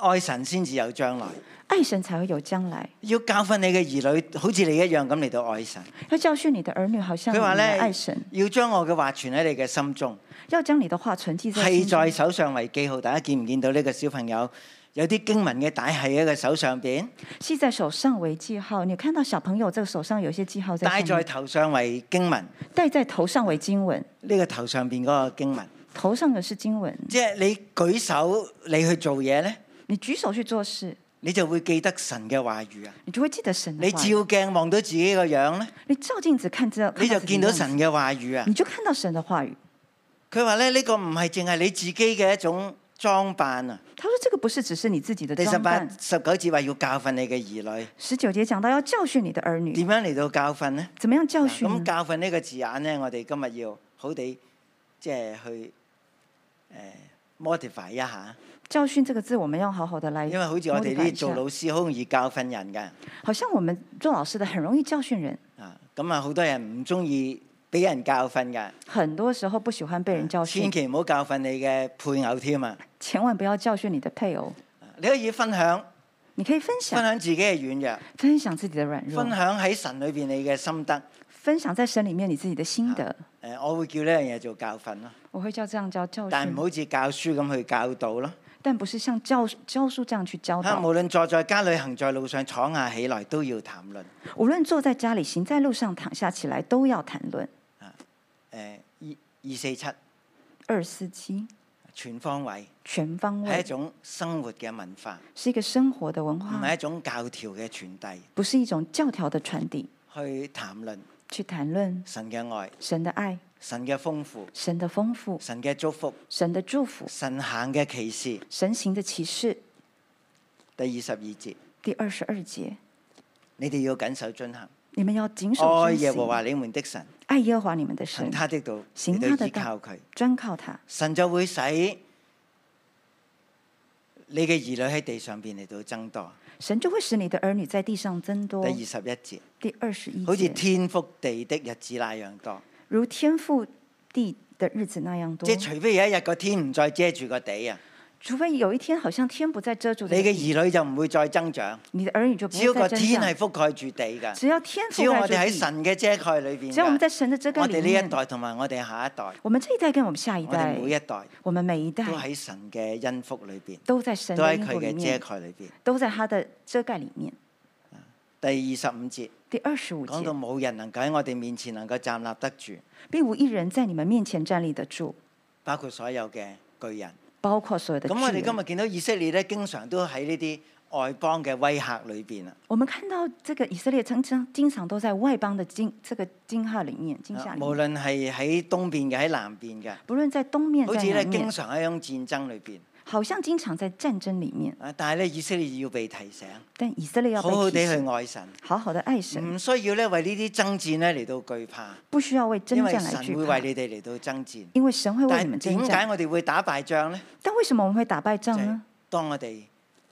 Speaker 2: 愛神先至有將來，
Speaker 3: 爱神才会有将来。
Speaker 2: 要教訓你嘅兒女，好似你一樣咁嚟到愛神。
Speaker 3: 要教训你的儿女，好像
Speaker 2: 佢
Speaker 3: 你
Speaker 2: 話
Speaker 3: 们爱
Speaker 2: 咧
Speaker 3: 神，，
Speaker 2: 要將我嘅話存喺你嘅心中。
Speaker 3: 要将你的话存记在
Speaker 2: 係
Speaker 3: 心中。
Speaker 2: 在手上為記號，大家見唔見到呢個小朋友有啲經文嘅帶係喺個手上邊，
Speaker 3: 系在手上为记号。你看到小朋友这个手上有一些记号在
Speaker 2: 戴
Speaker 3: 上
Speaker 2: 在
Speaker 3: 面，
Speaker 2: 頭上為經文。
Speaker 3: 戴在头上为经文，
Speaker 2: 呢、個個頭上邊嗰個經文，
Speaker 3: 头上的是经文。
Speaker 2: 即係你舉手你去做嘢呢，
Speaker 3: 你举手去做事，
Speaker 2: 你就會記得神嘅話語啊！
Speaker 3: 你就会记得神的
Speaker 2: 你
Speaker 3: 话
Speaker 2: 照。鏡望到自己個樣呢，
Speaker 3: 你照镜子看这，
Speaker 2: 你就
Speaker 3: 看
Speaker 2: 見
Speaker 3: 自己
Speaker 2: 到
Speaker 3: 的样子
Speaker 2: 神，嘅話語啊！
Speaker 3: 你就看到神的话语。
Speaker 2: 佢話咧，呢、個唔係淨係你自己嘅一種裝扮啊！
Speaker 3: 他说：“这个不是只是你自己的
Speaker 2: 第十
Speaker 3: 装
Speaker 2: 八、
Speaker 3: 扮。
Speaker 2: 十九節話要教訓你嘅兒女，”
Speaker 3: 十九节讲到要教训你的儿女，
Speaker 2: 點樣嚟到教訓呢？
Speaker 3: 怎么样教训
Speaker 2: 啊咁
Speaker 3: 呢？
Speaker 2: 教訓呢個字眼咧，我哋今日要好地即係去誒、呃 modify 一下，
Speaker 3: 教训这个字，我们要好好的来。
Speaker 2: 因為好似我哋呢啲做老
Speaker 3: 一下
Speaker 2: 師好容易教訓人㗎，
Speaker 3: 好像我们做老师的很容易教训人，
Speaker 2: 啊咁啊好多人唔中意俾人教訓㗎，
Speaker 3: 很多时候不喜欢被人教训
Speaker 2: 千，祈唔好教訓你嘅配偶添啊！
Speaker 3: 千万不要教训你的配偶。
Speaker 2: 你可以分享
Speaker 3: 你可以分享
Speaker 2: 分享自己嘅軟
Speaker 3: 分享自己的软
Speaker 2: 弱，
Speaker 3: 弱
Speaker 2: 分，享喺神裏邊你嘅心得。
Speaker 3: 分享在神里面你自己的心得。
Speaker 2: 誒、我會叫呢樣嘢做教訓咯，
Speaker 3: 我会叫这样叫教
Speaker 2: 但唔
Speaker 3: 训，
Speaker 2: 好似教書咁去教導咯。
Speaker 3: 但不是像教教书这样去教
Speaker 2: 嚇，
Speaker 3: 导。
Speaker 2: 無論坐在家裏、行在路上、闖下起來，都要談論。
Speaker 3: 无论坐在家里、行在路上、躺下起来，都要谈论。
Speaker 2: 誒呃二二四七
Speaker 3: 二四七
Speaker 2: 全方位
Speaker 3: 全方
Speaker 2: 係一
Speaker 3: 位
Speaker 2: 種生活嘅文化，
Speaker 3: 是一个生活的文
Speaker 2: 唔
Speaker 3: 化，
Speaker 2: 係一種教條嘅傳遞，
Speaker 3: 不是一種教条的传递。
Speaker 2: 去談論
Speaker 3: 去谈论
Speaker 2: 神嘅愛、
Speaker 3: 神的爱、
Speaker 2: 神嘅豐富、
Speaker 3: 神的丰富、
Speaker 2: 神嘅祝福、
Speaker 3: 神的祝福、
Speaker 2: 神行嘅奇事。
Speaker 3: 神行的启示。
Speaker 2: 第二十二節，
Speaker 3: 第二十二节，
Speaker 2: 你哋要緊守遵行，
Speaker 3: 你們要谨守
Speaker 2: 愛哦
Speaker 3: 遵
Speaker 2: 耶和華
Speaker 3: 行，
Speaker 2: 你們的神，
Speaker 3: 爱耶和华你们的
Speaker 2: 行
Speaker 3: 神，
Speaker 2: 他的道，
Speaker 3: 行
Speaker 2: 你
Speaker 3: 他
Speaker 2: 哋
Speaker 3: 的
Speaker 2: 依靠
Speaker 3: 道
Speaker 2: 佢，
Speaker 3: 专靠他，
Speaker 2: 神就會使你嘅兒女喺地上邊嚟到增多。
Speaker 3: 神就会使你的儿女在地上增多
Speaker 2: 第。二十一節，
Speaker 3: 第哦二十一
Speaker 2: 好似
Speaker 3: 节，
Speaker 2: 天覆地的日子那樣多。
Speaker 3: 如天覆地的日子那样多
Speaker 2: 即。係除非有一日個天唔再遮住個地啊，
Speaker 3: 除非有一天，好像天不再遮住
Speaker 2: 你嘅兒女就唔會再增長。
Speaker 3: 你的儿女就不
Speaker 2: 只要
Speaker 3: 会
Speaker 2: 個
Speaker 3: 再增
Speaker 2: 天係
Speaker 3: 长。
Speaker 2: 覆蓋住地㗎，
Speaker 3: 只要天
Speaker 2: 只
Speaker 3: 覆
Speaker 2: 要
Speaker 3: 盖
Speaker 2: 我
Speaker 3: 住
Speaker 2: 哋喺
Speaker 3: 地，
Speaker 2: 神嘅遮蓋裏邊
Speaker 3: 只要我们在
Speaker 2: 㗎，
Speaker 3: 神的遮盖
Speaker 2: 我
Speaker 3: 里
Speaker 2: 哋呢
Speaker 3: 面
Speaker 2: 一，代同埋我哋下一代，
Speaker 3: 我们这一代跟我们下一
Speaker 2: 我哋
Speaker 3: 代，
Speaker 2: 每一代
Speaker 3: 我们每一
Speaker 2: 都
Speaker 3: 代
Speaker 2: 喺神嘅恩福裏邊，
Speaker 3: 都在神
Speaker 2: 都
Speaker 3: 的
Speaker 2: 喺
Speaker 3: 恩
Speaker 2: 佢
Speaker 3: 福里
Speaker 2: 嘅遮
Speaker 3: 面，
Speaker 2: 蓋裏邊。
Speaker 3: 都在他的遮盖里面。
Speaker 2: 第二十五節
Speaker 3: 第二十五
Speaker 2: 講到
Speaker 3: 节，
Speaker 2: 冇人能夠喺我哋面前能夠站立得住，
Speaker 3: 并无一人在你们面前站立得住，
Speaker 2: 包括所有嘅巨人。
Speaker 3: 包括所有的
Speaker 2: 咁我
Speaker 3: 巨
Speaker 2: 哋今
Speaker 3: 人。
Speaker 2: 日見到以色列咧，經常都喺呢啲外邦嘅威嚇裏邊啊，
Speaker 3: 我们看到这个以色列常常经常都在外邦的惊这个惊吓里
Speaker 2: 啊
Speaker 3: 面惊吓里
Speaker 2: 無
Speaker 3: 面，
Speaker 2: 論係喺東邊嘅，喺南邊嘅，
Speaker 3: 不论在东面
Speaker 2: 好
Speaker 3: 在
Speaker 2: 似咧
Speaker 3: 南
Speaker 2: 經
Speaker 3: 面，
Speaker 2: 常喺一種戰爭裏邊。
Speaker 3: 好像经常在战争里面。
Speaker 2: 啊，但係咧，以色列要被提醒，
Speaker 3: 但以色列要
Speaker 2: 好好
Speaker 3: 被
Speaker 2: 地
Speaker 3: 提
Speaker 2: 去嗯
Speaker 3: 醒，
Speaker 2: 愛神，
Speaker 3: 好好的爱神，
Speaker 2: 唔需要咧為呢啲爭戰咧嚟到懼怕，
Speaker 3: 不需要为征
Speaker 2: 因為
Speaker 3: 战
Speaker 2: 神
Speaker 3: 来惧
Speaker 2: 會
Speaker 3: 怕
Speaker 2: 為，你哋嚟到爭戰。
Speaker 3: 因为神会为
Speaker 2: 但
Speaker 3: 你们
Speaker 2: 係
Speaker 3: 征
Speaker 2: 點解
Speaker 3: 战。啊
Speaker 2: 我哋會打敗仗呢？
Speaker 3: 但为什么我们会打败
Speaker 2: 就
Speaker 3: 仗
Speaker 2: 係
Speaker 3: 呢？
Speaker 2: 當我哋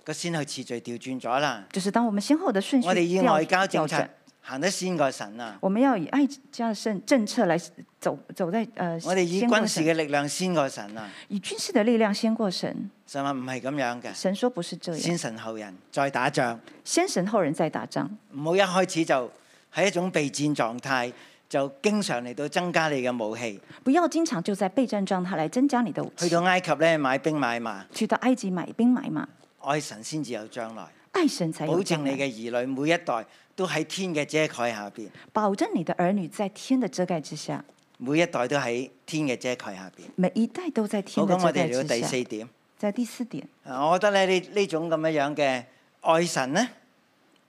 Speaker 2: 個先後次序調轉咗啦，
Speaker 3: 就是当我们先后的顺序
Speaker 2: 我哋以
Speaker 3: 调
Speaker 2: 外交政
Speaker 3: 调整
Speaker 2: 策行得先過神啊，
Speaker 3: 我们要以爱家的政政策来走走在呃，
Speaker 2: 我哋以
Speaker 3: 先过
Speaker 2: 軍事
Speaker 3: 神
Speaker 2: 嘅力量先過神啊。
Speaker 3: 以军事的力量先过神。
Speaker 2: 神話唔係咁樣嘅，
Speaker 3: 神说不是这样，
Speaker 2: 先神後人，再打仗，
Speaker 3: 先神后人再打仗，
Speaker 2: 唔好一開始就喺一種備戰狀態，就經常嚟到增加你嘅武器。
Speaker 3: 不要经常就在备战状态来增加你的武
Speaker 2: 去
Speaker 3: 器。
Speaker 2: 到埃及咧買兵買馬，
Speaker 3: 去到埃及买兵买马，
Speaker 2: 愛神先至有將來，
Speaker 3: 爱神才
Speaker 2: 保
Speaker 3: 有
Speaker 2: 證
Speaker 3: 将
Speaker 2: 你
Speaker 3: 来。
Speaker 2: 嘅兒女每一代都喺天嘅遮蓋下邊，
Speaker 3: 保证你的儿女在天的遮盖之下，
Speaker 2: 每一代都喺天嘅遮蓋下邊。
Speaker 3: 每一代都在
Speaker 2: 好，
Speaker 3: 天的
Speaker 2: 咁
Speaker 3: 遮
Speaker 2: 我
Speaker 3: 盖
Speaker 2: 哋嚟到
Speaker 3: 之
Speaker 2: 第
Speaker 3: 下。
Speaker 2: 四點，
Speaker 3: 在第四点，
Speaker 2: 啊我覺得咧呢呢種咁樣樣嘅愛神咧，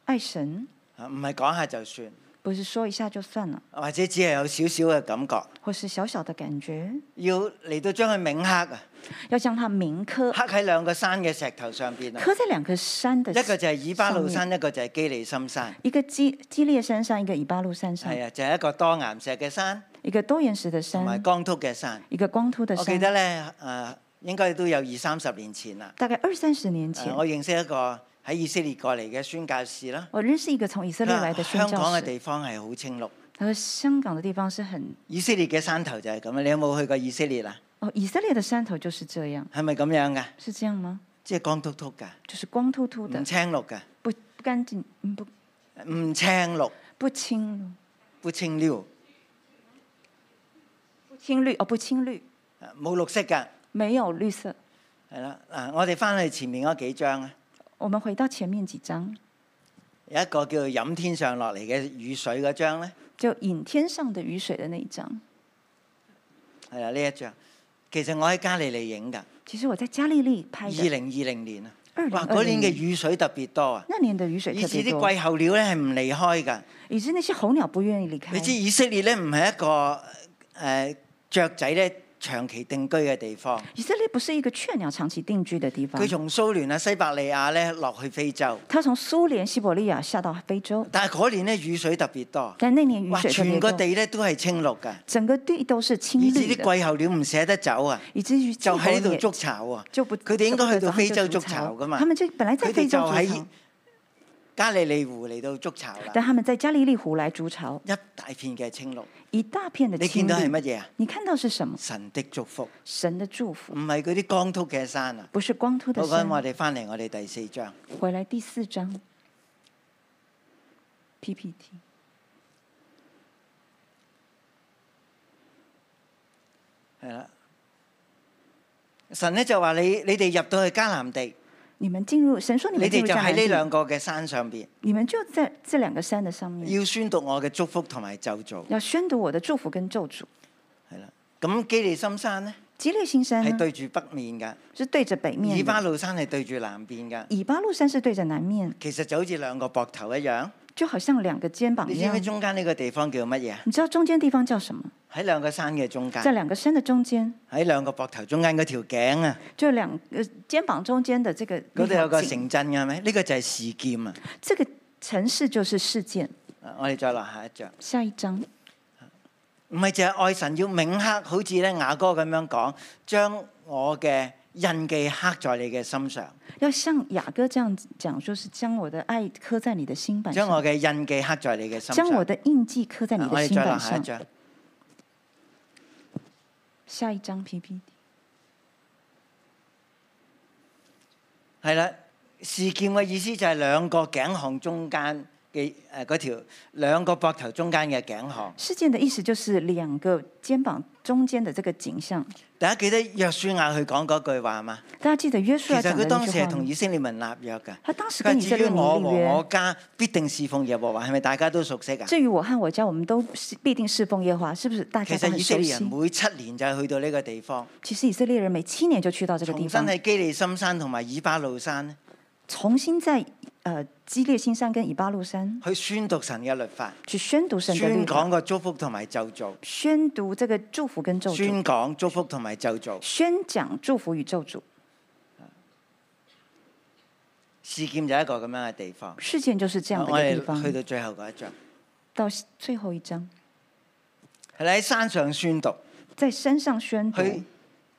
Speaker 3: 爱神
Speaker 2: 啊唔係講下就算，
Speaker 3: 不是说一下就算了，
Speaker 2: 或者只係有少少嘅感覺，
Speaker 3: 或是小小的感觉，
Speaker 2: 要嚟到將佢銘刻啊，
Speaker 3: 要将它铭刻，
Speaker 2: 刻喺兩個山嘅石頭上邊啊，
Speaker 3: 刻在两个山的
Speaker 2: 一個就係以巴路山，一個就係基利心山，
Speaker 3: 一个基基列山上，一个以巴路山上，
Speaker 2: 係啊，就係一個多岩石嘅山
Speaker 3: 一个多岩石的
Speaker 2: 同埋
Speaker 3: 山，
Speaker 2: 光禿嘅山。
Speaker 3: 一个光秃的
Speaker 2: 我記
Speaker 3: 山。
Speaker 2: 得咧，誒、應該都有二三十年前啦。
Speaker 3: 大概二三十年
Speaker 2: 誒
Speaker 3: 前，
Speaker 2: 呃我認識一個喺以色列過嚟嘅宣教士啦。
Speaker 3: 我认识一个从以色列来的
Speaker 2: 佢話
Speaker 3: 宣
Speaker 2: 香港
Speaker 3: 教
Speaker 2: 嘅
Speaker 3: 士，
Speaker 2: 地方係好清綠，
Speaker 3: 他说香港的地方是很
Speaker 2: 以色列嘅山頭就係咁啊！你有冇去過以色列啊？
Speaker 3: 哦，以色列的山头就是這樣，
Speaker 2: 係咪咁樣噶？
Speaker 3: 是這樣嗎？
Speaker 2: 即係光禿禿㗎，
Speaker 3: 就是光秃秃的
Speaker 2: 唔，青綠㗎，
Speaker 3: 不不干净，嗯不
Speaker 2: 唔青綠，
Speaker 3: 不青
Speaker 2: 嗯
Speaker 3: 了
Speaker 2: 不青溜，
Speaker 3: 不青绿哦，不青绿，
Speaker 2: 冇綠色㗎，
Speaker 3: 没有绿色。
Speaker 2: 係啦。嗱，我哋翻去前面嗰幾章啊，
Speaker 3: 我们回到前面幾章，
Speaker 2: 有一個叫做飲天上落嚟嘅雨水嗰章咧，
Speaker 3: 就引天上的雨水的那一章。
Speaker 2: 係啊啦呢一章。其實我喺加利利影㗎，
Speaker 3: 其实我在加利利
Speaker 2: 二
Speaker 3: 拍的，
Speaker 2: 零二零年啊，哇！嗰
Speaker 3: 2020
Speaker 2: 年嘅
Speaker 3: 年
Speaker 2: 雨水特別多啊。
Speaker 3: 那年的雨水
Speaker 2: 以
Speaker 3: 特
Speaker 2: 致
Speaker 3: 別
Speaker 2: 啲
Speaker 3: 多，
Speaker 2: 季候鳥咧係唔離開㗎。
Speaker 3: 以致那些候鳥不願意離
Speaker 2: 你知
Speaker 3: 開。
Speaker 2: 以色列咧唔係一個誒、呃雀仔咧長期定居嘅地方，
Speaker 3: 以色列不是一个雀鳥長期定居的地方
Speaker 2: 佢，從蘇聯啊、西伯利亞咧落去非洲，
Speaker 3: 它從蘇聯、西伯利亞下到非洲，
Speaker 2: 但係嗰年咧雨水特別多，
Speaker 3: 但那年雨
Speaker 2: 哇！
Speaker 3: 水特嗯
Speaker 2: 全
Speaker 3: 別
Speaker 2: 個
Speaker 3: 多，
Speaker 2: 地咧都係青綠㗎，
Speaker 3: 整個地都是青
Speaker 2: 以致
Speaker 3: 綠
Speaker 2: 啲
Speaker 3: 的，
Speaker 2: 季候鳥唔捨得走啊，
Speaker 3: 以至於
Speaker 2: 就喺呢度
Speaker 3: 氣候
Speaker 2: 築
Speaker 3: 也
Speaker 2: 巢啊。
Speaker 3: 就不
Speaker 2: 佢哋應該去到非洲
Speaker 3: 就
Speaker 2: 築
Speaker 3: 不
Speaker 2: 巢㗎嘛
Speaker 3: 他們就本來在
Speaker 2: 佢
Speaker 3: 非
Speaker 2: 哋
Speaker 3: 洲
Speaker 2: 就
Speaker 3: 築
Speaker 2: 喺
Speaker 3: 巢，
Speaker 2: 加利利湖嚟到築巢啦，
Speaker 3: 但他們在加利利湖來築巢，
Speaker 2: 一大片嘅青綠。
Speaker 3: 一大片的
Speaker 2: 你見
Speaker 3: 青
Speaker 2: 到係乜
Speaker 3: 綠。
Speaker 2: 嘢啊？
Speaker 3: 你看到是什麼？
Speaker 2: 神的祝福，
Speaker 3: 神的祝
Speaker 2: 唔
Speaker 3: 福，
Speaker 2: 係嗰啲光禿嘅山啊。
Speaker 3: 不是光秃的
Speaker 2: 好，咁
Speaker 3: 山。
Speaker 2: 我哋翻嚟我哋第四章。
Speaker 3: 回来第四章 PPT，
Speaker 2: 系啦，神咧就話你你哋入到去迦南地，
Speaker 3: 你們進入神說你
Speaker 2: 你
Speaker 3: 們進
Speaker 2: 哋
Speaker 3: 入
Speaker 2: 就
Speaker 3: 迦
Speaker 2: 喺
Speaker 3: 南
Speaker 2: 呢兩
Speaker 3: 地，
Speaker 2: 個嘅山上邊，
Speaker 3: 你們就在這兩個山的上面，
Speaker 2: 要宣讀我嘅祝福同埋咒詛。
Speaker 3: 要宣讀我的祝福跟咒詛。
Speaker 2: 係啦，咁基利心山咧
Speaker 3: 基列新山
Speaker 2: 係
Speaker 3: 呢
Speaker 2: 對住北面㗎，
Speaker 3: 是對着北面
Speaker 2: 以巴
Speaker 3: 的，
Speaker 2: 路山係對住南邊㗎。
Speaker 3: 以巴路山是對着南面，
Speaker 2: 其實就好似兩個膊頭一樣。
Speaker 3: 就好像兩個肩膀
Speaker 2: 你
Speaker 3: 一
Speaker 2: 知唔知
Speaker 3: 樣。
Speaker 2: 中間呢個地方叫乜嘢啊？
Speaker 3: 你知道中間地方叫什麼？
Speaker 2: 喺兩個山嘅中間
Speaker 3: 在，兩個山的中間。
Speaker 2: 喺兩個膊頭中間嗰條頸啊，
Speaker 3: 就两个呃肩膀中间的这个
Speaker 2: 嗰度有個
Speaker 3: 那条颈
Speaker 2: 城鎮嘅係咪？呢個就係事劍啊！
Speaker 3: 这个城市就是事件。
Speaker 2: 啊我哋再落下一章。
Speaker 3: 下一章
Speaker 2: 唔係就係愛神要銘刻，好似咧雅哥咁樣講，將我嘅印記刻在你嘅心上，
Speaker 3: 要像雅各这样讲，就是将我的爱刻在你的心板
Speaker 2: 將
Speaker 3: 上，
Speaker 2: 我嘅印記刻在你嘅心上。
Speaker 3: 将我的印记刻在你
Speaker 2: 啊我
Speaker 3: 的
Speaker 2: 哋
Speaker 3: 心
Speaker 2: 再
Speaker 3: 板
Speaker 2: 落下一
Speaker 3: 上。
Speaker 2: 章，
Speaker 3: 下一章 PPT，
Speaker 2: 係啦，事件嘅意思就係兩個頸項中間嘅誒嗰條兩個膊頭中間嘅頸項。
Speaker 3: 事件的意思就是两个肩膀中间的这个景象。
Speaker 2: 大家記得約書亞佢講嗰句話嘛？
Speaker 3: 大家记得约
Speaker 2: 其
Speaker 3: 书亚
Speaker 2: 實
Speaker 3: 讲的
Speaker 2: 佢當
Speaker 3: 那
Speaker 2: 時
Speaker 3: 句
Speaker 2: 係
Speaker 3: 话
Speaker 2: 同
Speaker 3: 吗？
Speaker 2: 以色列民立約㗎。
Speaker 3: 他当时
Speaker 2: 佢話
Speaker 3: 跟以色
Speaker 2: 至
Speaker 3: 列
Speaker 2: 於
Speaker 3: 民
Speaker 2: 我和
Speaker 3: 立
Speaker 2: 我
Speaker 3: 约。
Speaker 2: 家必定侍奉耶和華，係咪大家都熟悉啊？
Speaker 3: 至于我和我家，我们都是必定侍奉耶和华，是不是？大
Speaker 2: 其
Speaker 3: 家
Speaker 2: 實
Speaker 3: 都很
Speaker 2: 以色
Speaker 3: 熟
Speaker 2: 列人
Speaker 3: 悉。
Speaker 2: 每七年就去到呢個地方，
Speaker 3: 其实以色列人每七年就去到这个地
Speaker 2: 重新
Speaker 3: 方，
Speaker 2: 喺基利心山同埋以巴路山
Speaker 3: 重新在呃基列新山跟以巴路山
Speaker 2: 去宣讀神嘅律法，
Speaker 3: 去宣读神的律
Speaker 2: 宣
Speaker 3: 法
Speaker 2: 講，個祝福同埋咒詛，
Speaker 3: 宣读这个祝福跟咒诅，
Speaker 2: 宣講祝福同埋咒詛。
Speaker 3: 宣讲祝福与咒诅。
Speaker 2: 事件就係一個咁樣嘅地方。
Speaker 3: 事件就是这样
Speaker 2: 我
Speaker 3: 的
Speaker 2: 哋
Speaker 3: 一个地方
Speaker 2: 去。到最後嗰一章，
Speaker 3: 到最后一章，
Speaker 2: 係啦喺山上宣讀，
Speaker 3: 在山上宣读，
Speaker 2: 佢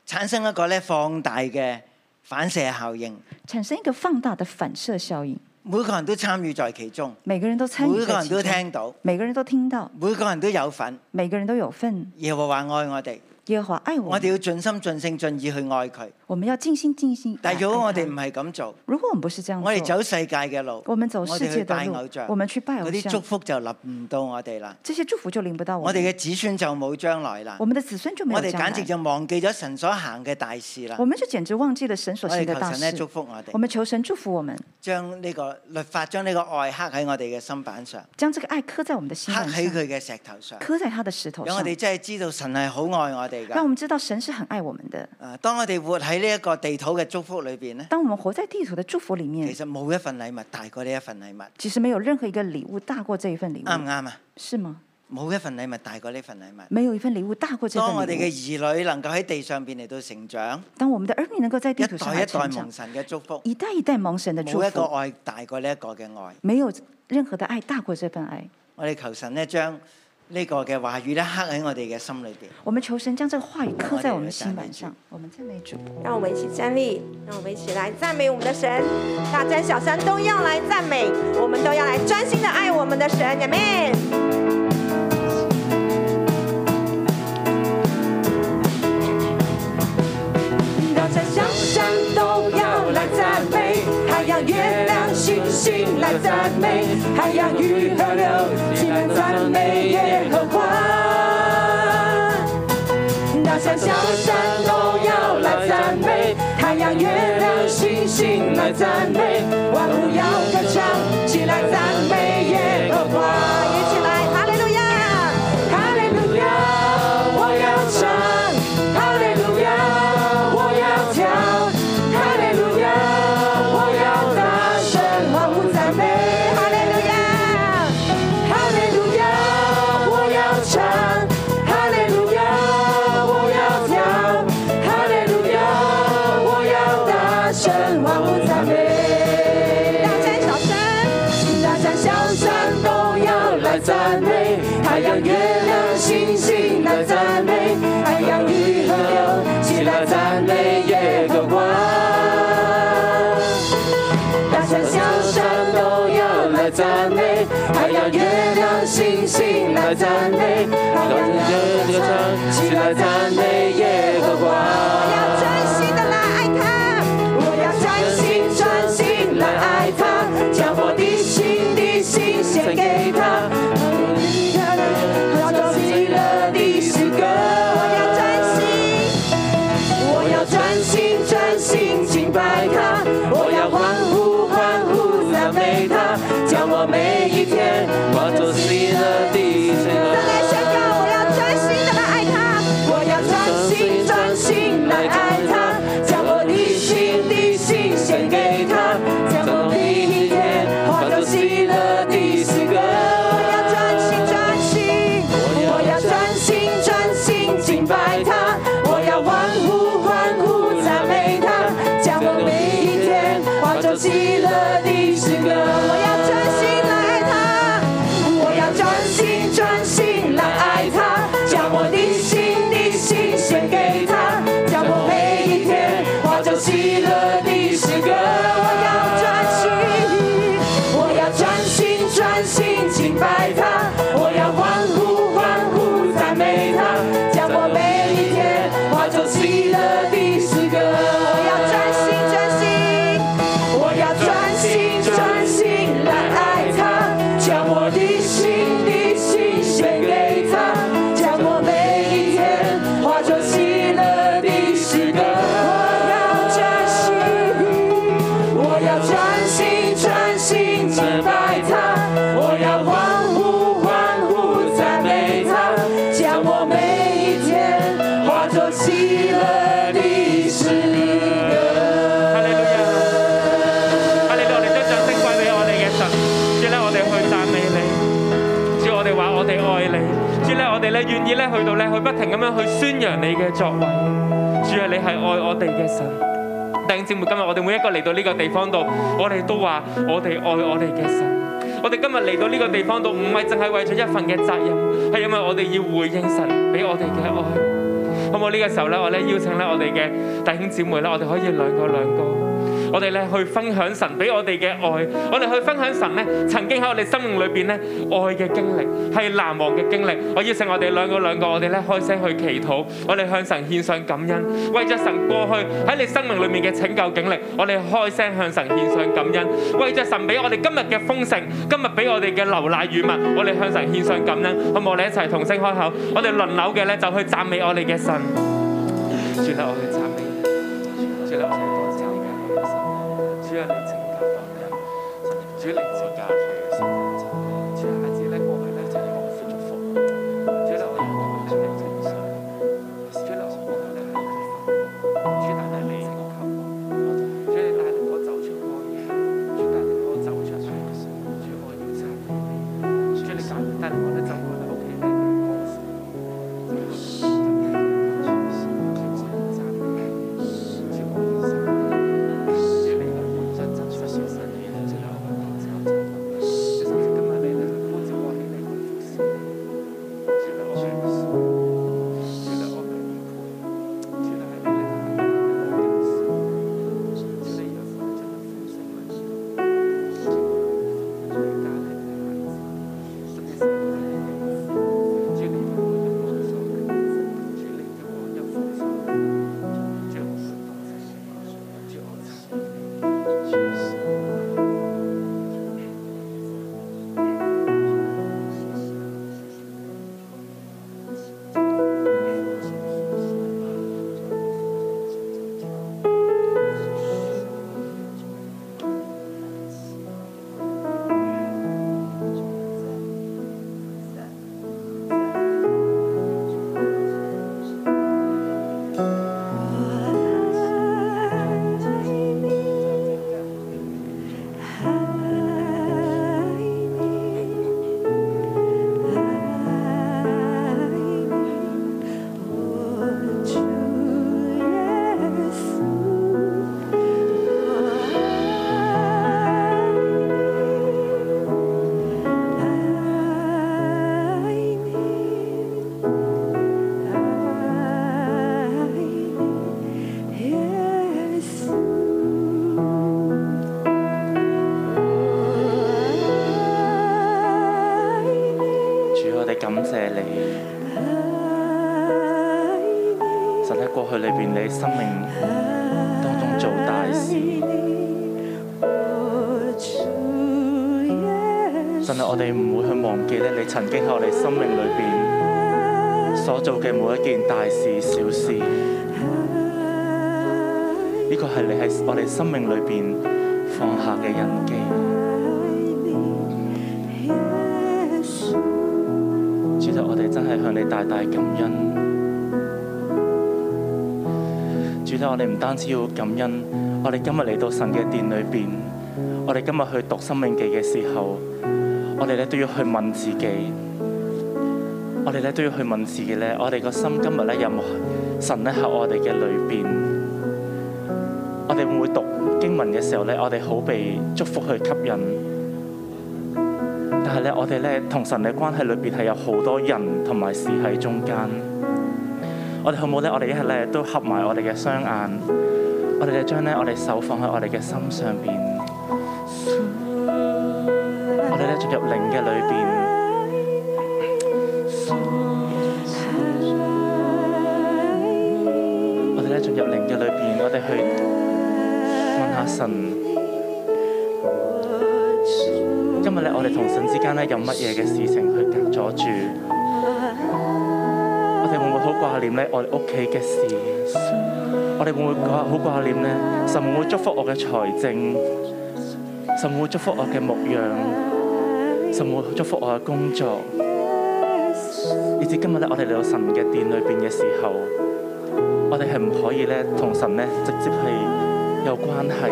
Speaker 2: 產生一個咧放大嘅反射效應，
Speaker 3: 产生一个放大的反射效应，
Speaker 2: 每個人都參與在其中，
Speaker 3: 每个人都
Speaker 2: 每
Speaker 3: 参与
Speaker 2: 個
Speaker 3: 在
Speaker 2: 人
Speaker 3: 其
Speaker 2: 都
Speaker 3: 中，
Speaker 2: 聽到，
Speaker 3: 每个人都听到，
Speaker 2: 每個人都有份。
Speaker 3: 每个人都有份。
Speaker 2: 耶和華愛我哋，
Speaker 3: 耶和华爱我
Speaker 2: 我
Speaker 3: 们，
Speaker 2: 哋要盡心盡性盡意去愛佢。
Speaker 3: 我们要尽心尽心来
Speaker 2: 但
Speaker 3: 爱
Speaker 2: 如果我哋唔
Speaker 3: 他。
Speaker 2: 係咁做，
Speaker 3: 如果我们不是这样
Speaker 2: 我哋
Speaker 3: 做，
Speaker 2: 走世界嘅路，
Speaker 3: 我们走世界的
Speaker 2: 我哋去拜偶
Speaker 3: 路
Speaker 2: 像，
Speaker 3: 我们去拜
Speaker 2: 嗰
Speaker 3: 偶
Speaker 2: 啲祝
Speaker 3: 像，
Speaker 2: 福就臨唔到我哋啦。
Speaker 3: 这些祝福就领不到我
Speaker 2: 我哋
Speaker 3: 们，
Speaker 2: 嘅子孫就冇將來啦
Speaker 3: 我。们的子孙就没
Speaker 2: 我
Speaker 3: 有
Speaker 2: 哋
Speaker 3: 将
Speaker 2: 簡直
Speaker 3: 来。
Speaker 2: 就忘記咗神所行嘅大事啦
Speaker 3: 我。们就简直忘记了神所
Speaker 2: 我
Speaker 3: 行
Speaker 2: 哋
Speaker 3: 的
Speaker 2: 求
Speaker 3: 大
Speaker 2: 神咧祝
Speaker 3: 事。
Speaker 2: 福我
Speaker 3: 我
Speaker 2: 哋，
Speaker 3: 们求神祝福我们，
Speaker 2: 將呢個律法將呢個愛刻喺我哋嘅心板上，
Speaker 3: 将这个爱刻在我们的
Speaker 2: 刻
Speaker 3: 心板
Speaker 2: 喺
Speaker 3: 上，
Speaker 2: 佢嘅石頭上，
Speaker 3: 刻在他的石头
Speaker 2: 讓我
Speaker 3: 上，
Speaker 2: 哋真係知道神係好愛我哋
Speaker 3: 让我
Speaker 2: 㗎。
Speaker 3: 们知道神是很爱我们的。
Speaker 2: 啊，當我哋活喺呢一個地土嘅祝福裏邊咧，
Speaker 3: 当我们活在地图的祝福里
Speaker 2: 其
Speaker 3: 面，
Speaker 2: 實冇一份禮物大過呢一份禮物，
Speaker 3: 其实没有任何一个礼物大过这一份礼
Speaker 2: 啱唔
Speaker 3: 物，
Speaker 2: 啱啊？
Speaker 3: 是吗？
Speaker 2: 冇一份禮物大過呢份禮物。
Speaker 3: 嗯没有一份礼物大过这
Speaker 2: 當我
Speaker 3: 份
Speaker 2: 哋
Speaker 3: 礼
Speaker 2: 嘅
Speaker 3: 物。
Speaker 2: 兒女能夠喺地上邊嚟到成長，
Speaker 3: 当我们的儿女能够在
Speaker 2: 一
Speaker 3: 地图上
Speaker 2: 代
Speaker 3: 来
Speaker 2: 一代
Speaker 3: 成长
Speaker 2: 蒙，神嘅祝福，
Speaker 3: 一代一代蒙神的祝
Speaker 2: 冇一個
Speaker 3: 福，
Speaker 2: 愛大過呢一個嘅愛。
Speaker 3: 没有任何的爱大过这份爱。
Speaker 2: 我哋求神咧將呢個嘅話語咧刻喺我哋嘅心裏邊。
Speaker 3: 我们求神将这个话语刻在我们心板上。我们赞美主。
Speaker 4: 让我们一起站立，让我们一起来赞美我们的神，大山小山都要来赞美，我们都要来专心的爱我们的神，阿妹。大山小山都要来赞美，海洋、月亮、星星来赞美，海洋、与河流起来赞美耶和华。大山小山都要来赞美，太阳、月亮、星星来赞美，万物要歌唱，起来赞美耶和华。一起来，哈利路亚，哈利路亚，我要唱，哈利路亚，我要跳，哈利路亚，我要大声欢呼赞美，哈利路亚。哈利路亚，我要唱；哈利路亚，我要跳；哈利路亚，我要大声欢呼赞美。大山小山，大山小山都要来赞美，太阳、月亮、星星来赞美，海洋与河流起来赞美耶和华。大山小山都要来赞美，还有月亮、星星来赞美，还有这个唱起来赞美耶和华。我要专心的来爱他，我要专心专心来爱他，将我的心的心献给他。唱喜乐的诗歌，我要专心。我要专心专心敬拜他，我要欢呼欢呼赞美他，将我每一天我都喜乐的。再来宣告，我要专心的来爱他，我要专心喜乐的诗歌。
Speaker 5: 哈利路亞！哈利路亞！我哋將掌聲歸俾我哋嘅神，主咧，我哋去讚美你。主，我哋話我哋愛你。主咧，我哋咧願意咧去到咧去不停咁樣去宣揚你嘅作為。主啊，你係愛我哋嘅神。弟兄姊妹，今日我哋每一個嚟到呢個地方度，我哋都話我哋愛我哋嘅神。我哋今日嚟到呢個地方度，唔係淨係為咗一份嘅責任，係因為我哋要回應神俾我哋嘅愛。好冇呢、個時候咧，我咧邀請咧我哋嘅弟兄姊妹咧，我哋可以兩個兩個，我哋咧去分享神俾我哋嘅愛，我哋去分享神咧曾經喺我哋生命裏邊咧愛嘅經歷，係難忘嘅經歷。我邀請我哋兩個兩個，我哋咧開聲去祈禱，我哋向神獻上感恩，為咗神過去喺你生命裏面嘅拯救經歷，我哋開聲向神獻上感恩，為着神俾我哋今日嘅豐盛，今日俾我哋嘅流奶與蜜，我哋向神獻上感恩，好冇？我哋一齊同聲開口，我哋輪流嘅咧就去讚美我哋嘅神。主啊，我去讚美你，主啊，我哋多謝你嘅愛神，主啊，你拯救我哋，主你拯救我哋，主啊，孩子咧過去咧就有我祝福，主啊，我哋有我祝你正常，主啊，我過去咧係主但係你拯救我，主你帶領我走出愛，主帶領我走出愛，主我要讚美你，主你帶帶領我咧走過你屋企咧嘅光。
Speaker 6: 主，我哋感謝你，神喺過去裏邊，你生命當中做大事。神啊，我哋唔會去忘記咧，你曾經喺我哋生命裏邊所做嘅每一件大事小事。呢個係你喺我哋生命裏邊放下嘅印記。主啊，我哋真係向你大大感恩。主啊，我哋唔單止要感恩，我哋今日嚟到神嘅殿裏邊，我哋今日去讀《生命記》嘅時候，我哋咧都要去問自己，我哋咧都要去問自己咧，我哋個心今日咧有冇神咧喺我哋嘅裏邊？我哋會唔會讀經文嘅時候咧，我哋好被祝福去吸引？但係咧，我哋咧同神嘅關係裏邊係有好多人同埋事喺中間。我哋好冇咧？我哋一係咧都合埋我哋嘅雙眼，我哋咧將咧我哋手放喺我哋嘅心上邊，我哋咧進入靈嘅裏邊。我哋咧進入靈嘅裏邊，我哋去問下神。今日咧，我哋同神之間咧有乜嘢嘅事情去隔阻住？我哋會唔會好掛念咧？我哋屋企嘅事，我哋會唔會掛好掛念咧？神會唔會祝福我嘅財政？神會唔會祝福我嘅牧養？神會唔會祝福我嘅工作？以至今日咧，我哋嚟到神嘅殿裏邊嘅時候，我哋係唔可以咧同神咧直接係有關係。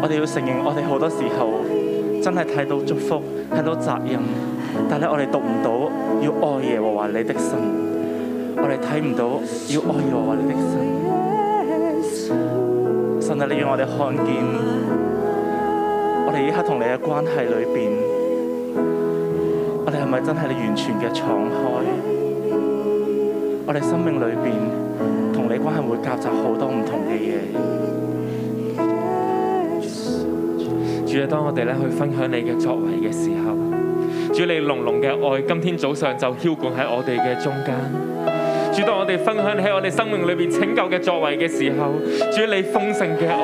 Speaker 6: 我哋要承認，我哋好多時候真係睇到祝福，睇到責任，但係咧我哋讀唔到要愛耶和華你的神，我哋睇唔到要愛耶和華你的神。神啊，你讓我哋看見，我哋依刻同你嘅關係裏邊，我哋係咪真係你完全嘅敞開？我哋生命裏邊同你關係會夾雜好多唔同嘅嘢。
Speaker 5: 主啊，當我哋咧去分享你嘅作為嘅時候，主啊你濃濃嘅愛，今天早上就澆灌喺我哋嘅中間。主，當我哋分享喺我哋生命裏邊拯救嘅作為嘅時候，主你豐盛嘅愛，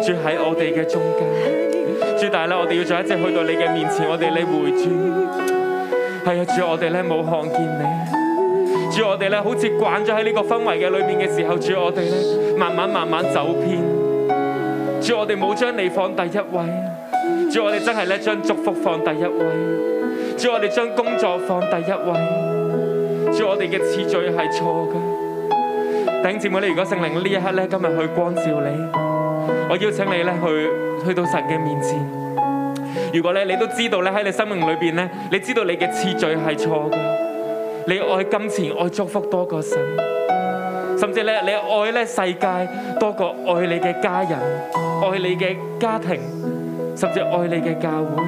Speaker 5: 主喺我哋嘅中間。主，但係咧，我哋要再一直去到你嘅面前，我哋你回轉。係啊，主，我哋咧冇看見你。主，我哋咧好似慣咗喺呢個氛圍嘅裏面嘅時候，主，我哋咧慢慢慢慢走偏。主，我哋冇將你放第一位，啊主，我哋真係咧將祝福放第一位，啊主，我哋將工作放第一位，啊主，我哋嘅次序係錯嘅。弟兄姊妹，你如果聖靈呢一刻咧今日去光照你，我邀請你咧去去到神嘅面前。如果咧你都知道咧喺你生命裏邊咧，你知道你嘅次序係錯嘅，你愛金錢愛祝福多過神，甚至咧你愛咧世界多過愛你嘅家人。愛你嘅家庭，甚至愛你嘅教會。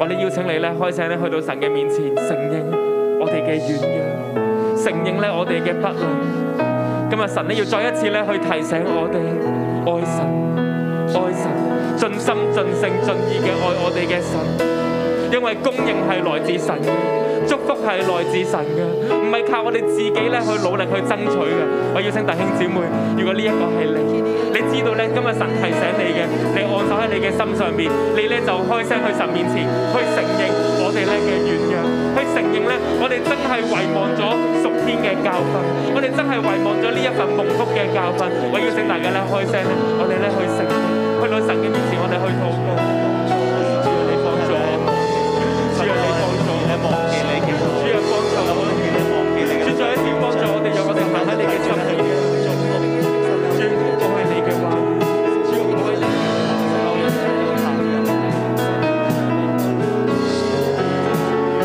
Speaker 5: 我哋邀請你咧，開聲咧去到神嘅面前，承認我哋嘅軟弱，承認咧我哋嘅不能。今日神咧要再一次咧去提醒我哋愛神，愛神，盡心盡性盡意嘅愛我哋嘅神。因為供應係來自神嘅，祝福係來自神嘅，唔係靠我哋自己咧去努力去爭取嘅。我邀請弟兄姊妹，如果呢一個係你，你知道咧今日神提醒你嘅，你按手喺你嘅心上面，你咧就開聲去神面前去承認我哋咧嘅軟弱，去承認咧我哋真係遺忘咗屬天嘅教訓，我哋真係遺忘咗呢一份蒙福嘅教訓。我邀請大家咧開聲咧，我哋咧去承認，去到神嘅面前，我哋去禱告。主啊，你幫助我。主啊，你幫助我，忘記你嘅主啊，幫助我，忘記你嘅主再一次幫助我哋，讓我哋行喺你嘅心意嘅中。主，我愛你嘅話，主我愛你嘅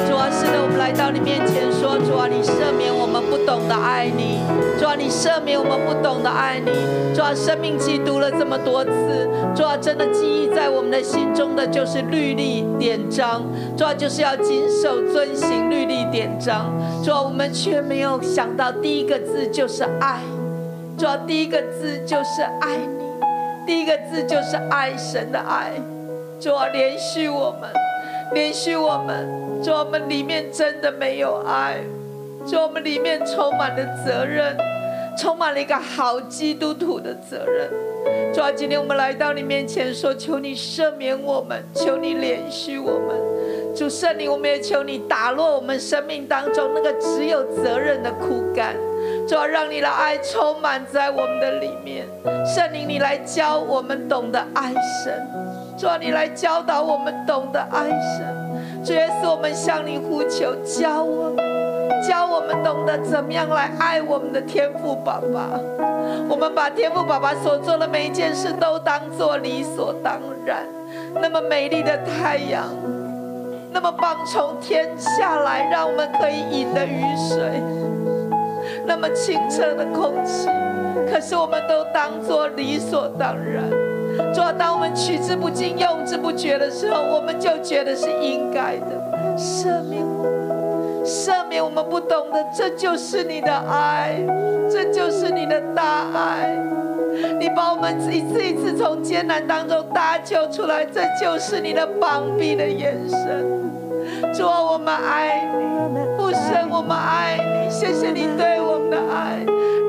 Speaker 7: 主啊，是的，我们来到你面前说，主啊，你赦免我们不懂得爱你，主啊，你赦免我们不懂得爱你，主啊，生命记读了这么多次，主啊，真的记忆在我们的心中的就是律例典章，主啊，就是要谨守遵行律例典章，主啊，我们却没有想到第一个字就是爱，主啊，第一个字就是爱你，第一个字就是爱神的爱，主啊，连续我们。连续我们，主我们里面真的没有爱，主我们里面充满了责任，充满了一个好基督徒的责任。主啊，今天我们来到你面前说，求你赦免我们，求你怜恤我们。主圣灵，我们也求你打落我们生命当中那个只有责任的枯干。主啊，让你的爱充满在我们的里面。圣灵，你来教我们懂得爱神。主啊，你来教导我们懂得爱神。主耶稣，我们向你呼求，教我们，教我们懂得怎么样来爱我们的天父爸爸。我们把天父爸爸所做的每一件事都当做理所当然。那么美丽的太阳，那么棒从天下来，让我们可以饮的雨水，那么清澈的空气，可是我们都当做理所当然。主啊，当我们取之不尽、用之不绝的时候，我们就觉得是应该的。赦免我们，赦免我们不懂的，这就是你的爱，这就是你的大爱。你把我们一次一次从艰难当中搭救出来，这就是你的膀臂的延伸。主啊，我们爱你，父神，我们爱你，谢谢你对我们的爱，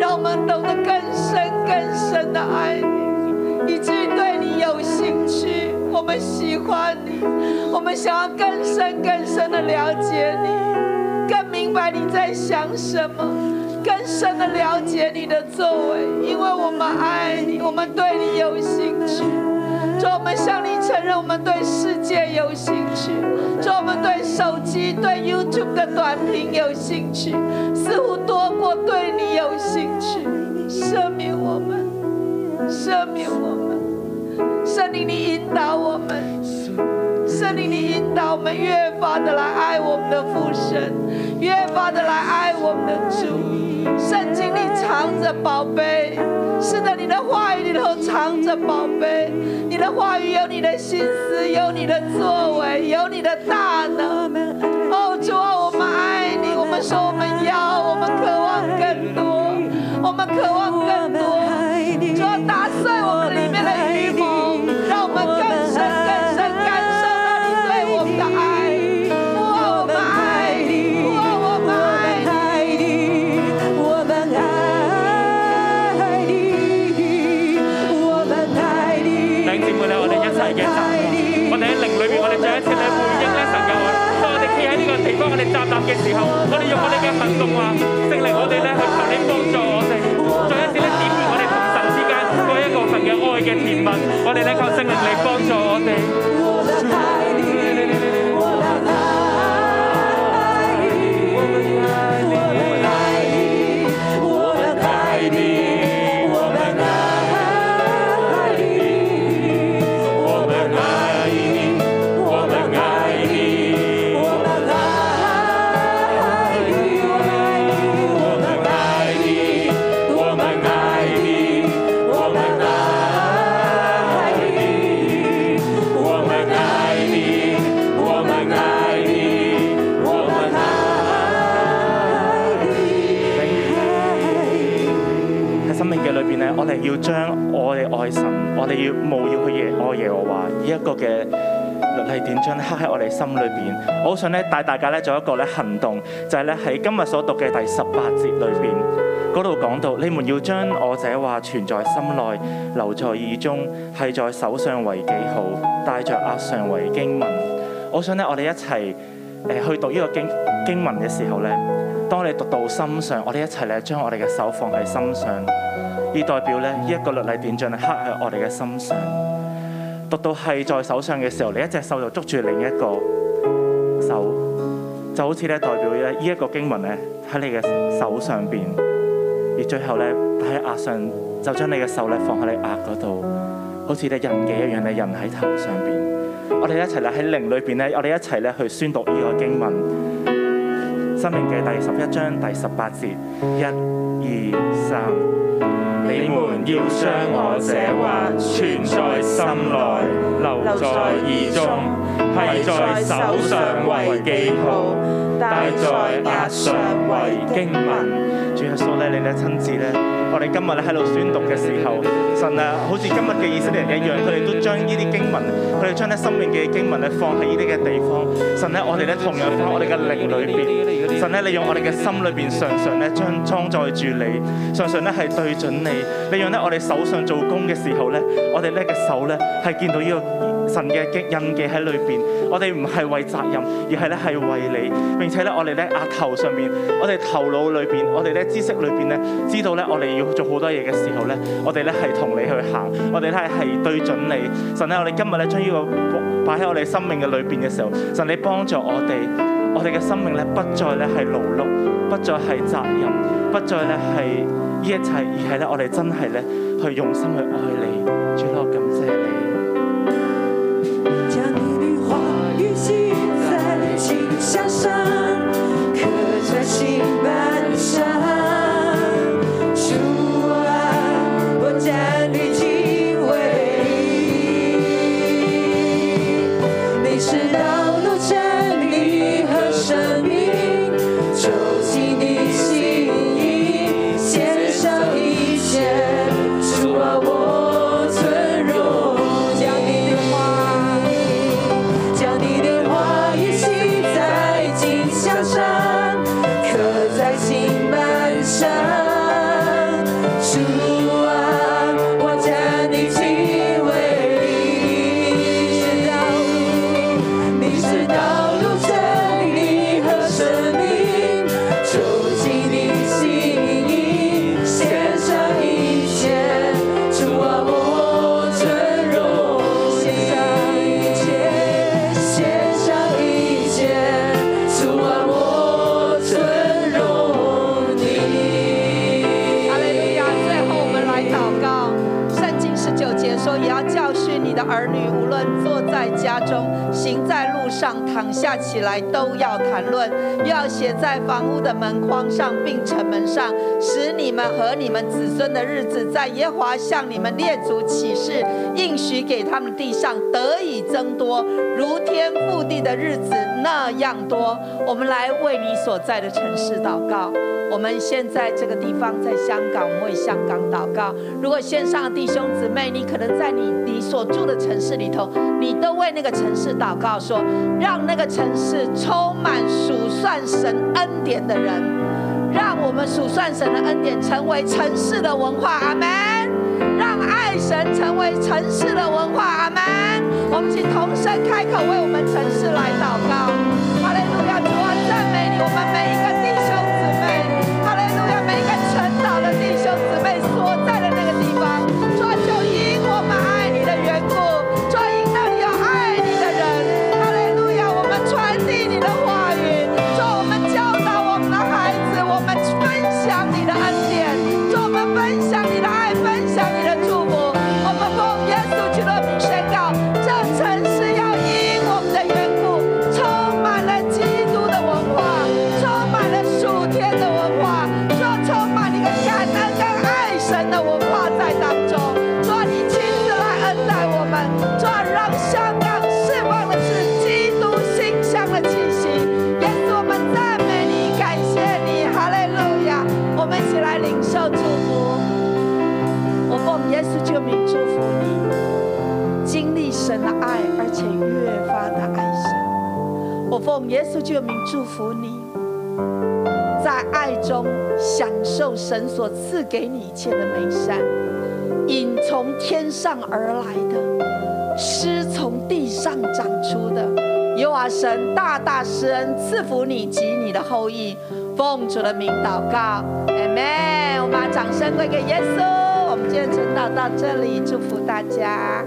Speaker 7: 让我们懂得更深更深的爱你，以至于对你有兴趣。我们喜欢你，我们想要更深更深的了解你，更明白你在想什么，更深的了解你的作为，因为我们爱你，我们对你有兴趣。主，我们向你承认，我们对世界有兴趣；主，我们对手机、对 YouTube 的短评有兴趣，似乎多过我们越发的来爱我们的父神，越发的来爱我们的主。圣经里藏着宝贝，是的，你的话语里头藏着宝贝，你的话语有你的心思，有你的作为，有你的大能。哦，主啊，我们爱你，我们说我们要，我们渴望更多，我们渴望更多。主啊，打碎我们里面的愚蒙，让我们更深更深感受到你对我们的爱。父啊，我们爱你，父啊，我们爱你。
Speaker 5: 弟兄姊妹咧，我哋一齊嘅站立，我哋喺靈裏面，我哋再一次咧回應咧神嘅愛。當我哋企喺呢個地方，我哋站立嘅時候，我哋用我哋嘅行動話，聖靈，我哋咧去求你幫助我哋，再一次咧點燃我哋同神之間嗰一個份嘅愛嘅甜蜜。我哋咧靠聖靈嚟幫助我哋。
Speaker 6: 喺生命嘅裏邊咧，我哋要將我哋愛神，我哋要務要去耶愛耶和華，呢一個嘅律例典章刻喺我哋心裏邊。我好想咧帶大家咧做一個咧行動，就係咧喺今日所讀嘅第十八節裏邊嗰度講到，你們要將我這話存在心內，留在意中，係在手上為記號，戴在額上為經文。我想咧，我哋一齊誒去讀呢個經經文嘅時候咧。當你讀到心上，我哋一齊咧將我哋嘅手放喺心上，以代表咧呢一個律例典章咧刻喺我哋嘅心上。讀到係在手上嘅時候，你一隻手就捉住另一個手，就好似咧代表咧呢一個經文咧喺你嘅手上邊，而最後咧喺額上就將你嘅手咧放喺你額嗰度，好似咧印記一樣咧印喺頭上邊。我哋一齊咧喺靈裏邊咧，我哋一齊咧去宣讀呢個經文。生命嘅第十一章第十八節，一、二、三。
Speaker 8: 你們要將我這話存在心內，留在耳中，係在手上為記號，戴在額上為經文。
Speaker 6: 主耶穌咧，你咧親自咧，我哋今日咧喺度宣讀嘅時候，神啊，好似今日嘅以色列人一樣，佢哋都將呢啲經文，佢哋將咧生命嘅經文咧放喺呢啲嘅地方。神咧，我哋咧同樣放喺我哋嘅靈裏邊。神咧，你用我哋嘅心裏邊常常咧將裝載住你，常常咧係對準你。你讓咧我哋手上做工嘅時候咧，我哋咧嘅手咧係見到呢個神嘅印記喺裏邊。我哋唔係為責任，而係咧係為你。並且咧，我哋咧額頭上面，我哋頭腦裏邊，我哋咧知識裏邊咧，知道咧我哋要做好多嘢嘅時候咧，我哋咧係同你去行，我哋咧係對準你。神啊咧，我哋今日咧將呢個擺喺我哋生命嘅裏邊嘅時候，神啊你幫助我哋，我哋嘅生命咧不再咧係勞碌，不再係責任，不再咧係呢一切，而係咧我哋真係咧去用心去愛你。主，我感謝你。
Speaker 4: 将你的话语记在琴弦上，刻在心板上。主啊，我站立敬畏，你是道路真理和生命，走进你心意，献上一切。主啊，我尊荣，将你的话语，将你的话语系在金像上，刻在心板上。主啊，我站你敬畏，你是道路真理和生命，走进你心意，献上一切，主啊，我尊荣你，献上一切，主啊，我尊荣你。
Speaker 7: 哈利路亚！最后我们来祷告。圣经十九节说：“也要教训你的儿女，无论坐在家中、行在路上，躺下起来都要谈论，要写在房屋的门框上，并城门上，使你们和你们子孙的日子，在耶和华向你们列祖起誓应许给他们地上得以增多，如天覆地的日子那样多。我们来为你所在的城市祷告。我们现在这个地方在香港，我们为香港祷告。如果线上的弟兄姊妹，你可能在你你所住的城市里头，你都为那个城市祷告说，让那个城市充满数算神恩典的人，让我们数算神的恩典成为城市的文化。阿门。让爱神成为城市的文化。阿门。我们请同声开口为我们城市来祷告。哈利路亚，主啊，赞美你，我们每一个弟兄姊妹，哈利路亚，每一个晨祷的弟兄姊妹所在的那个地方，主啊，就因我们爱你的缘故，主啊，因到你有爱你的人，哈利路亚，我们传递你的话语，主啊，我们教导我们的孩子，我们分享你的恩典，主啊，我们分享你的爱，分享你的祝福，我们奉耶稣基督的名宣告，这城市要因我们的缘故，充满了基督的文化，充满了属天的文化，就充满一个感恩跟爱神的文化在当中。主啊，你亲自来恩待我们，主啊，让香港释放的是基督馨香的气息。耶稣，我们赞美你，感谢你，哈利路亚！我们一起来领受祝福。我奉耶稣救名祝福你，经历神的爱，而且越发的爱神。我奉耶稣救名祝福你，在爱中享受神所赐给你一切的美善，饮从天上而来的，诗从地上长出的。耶和华神大大施恩，赐福你及你的后裔。奉主的名祷告，Amen。我们把掌声归给耶稣。我们今天晨祷到这里，祝福大家。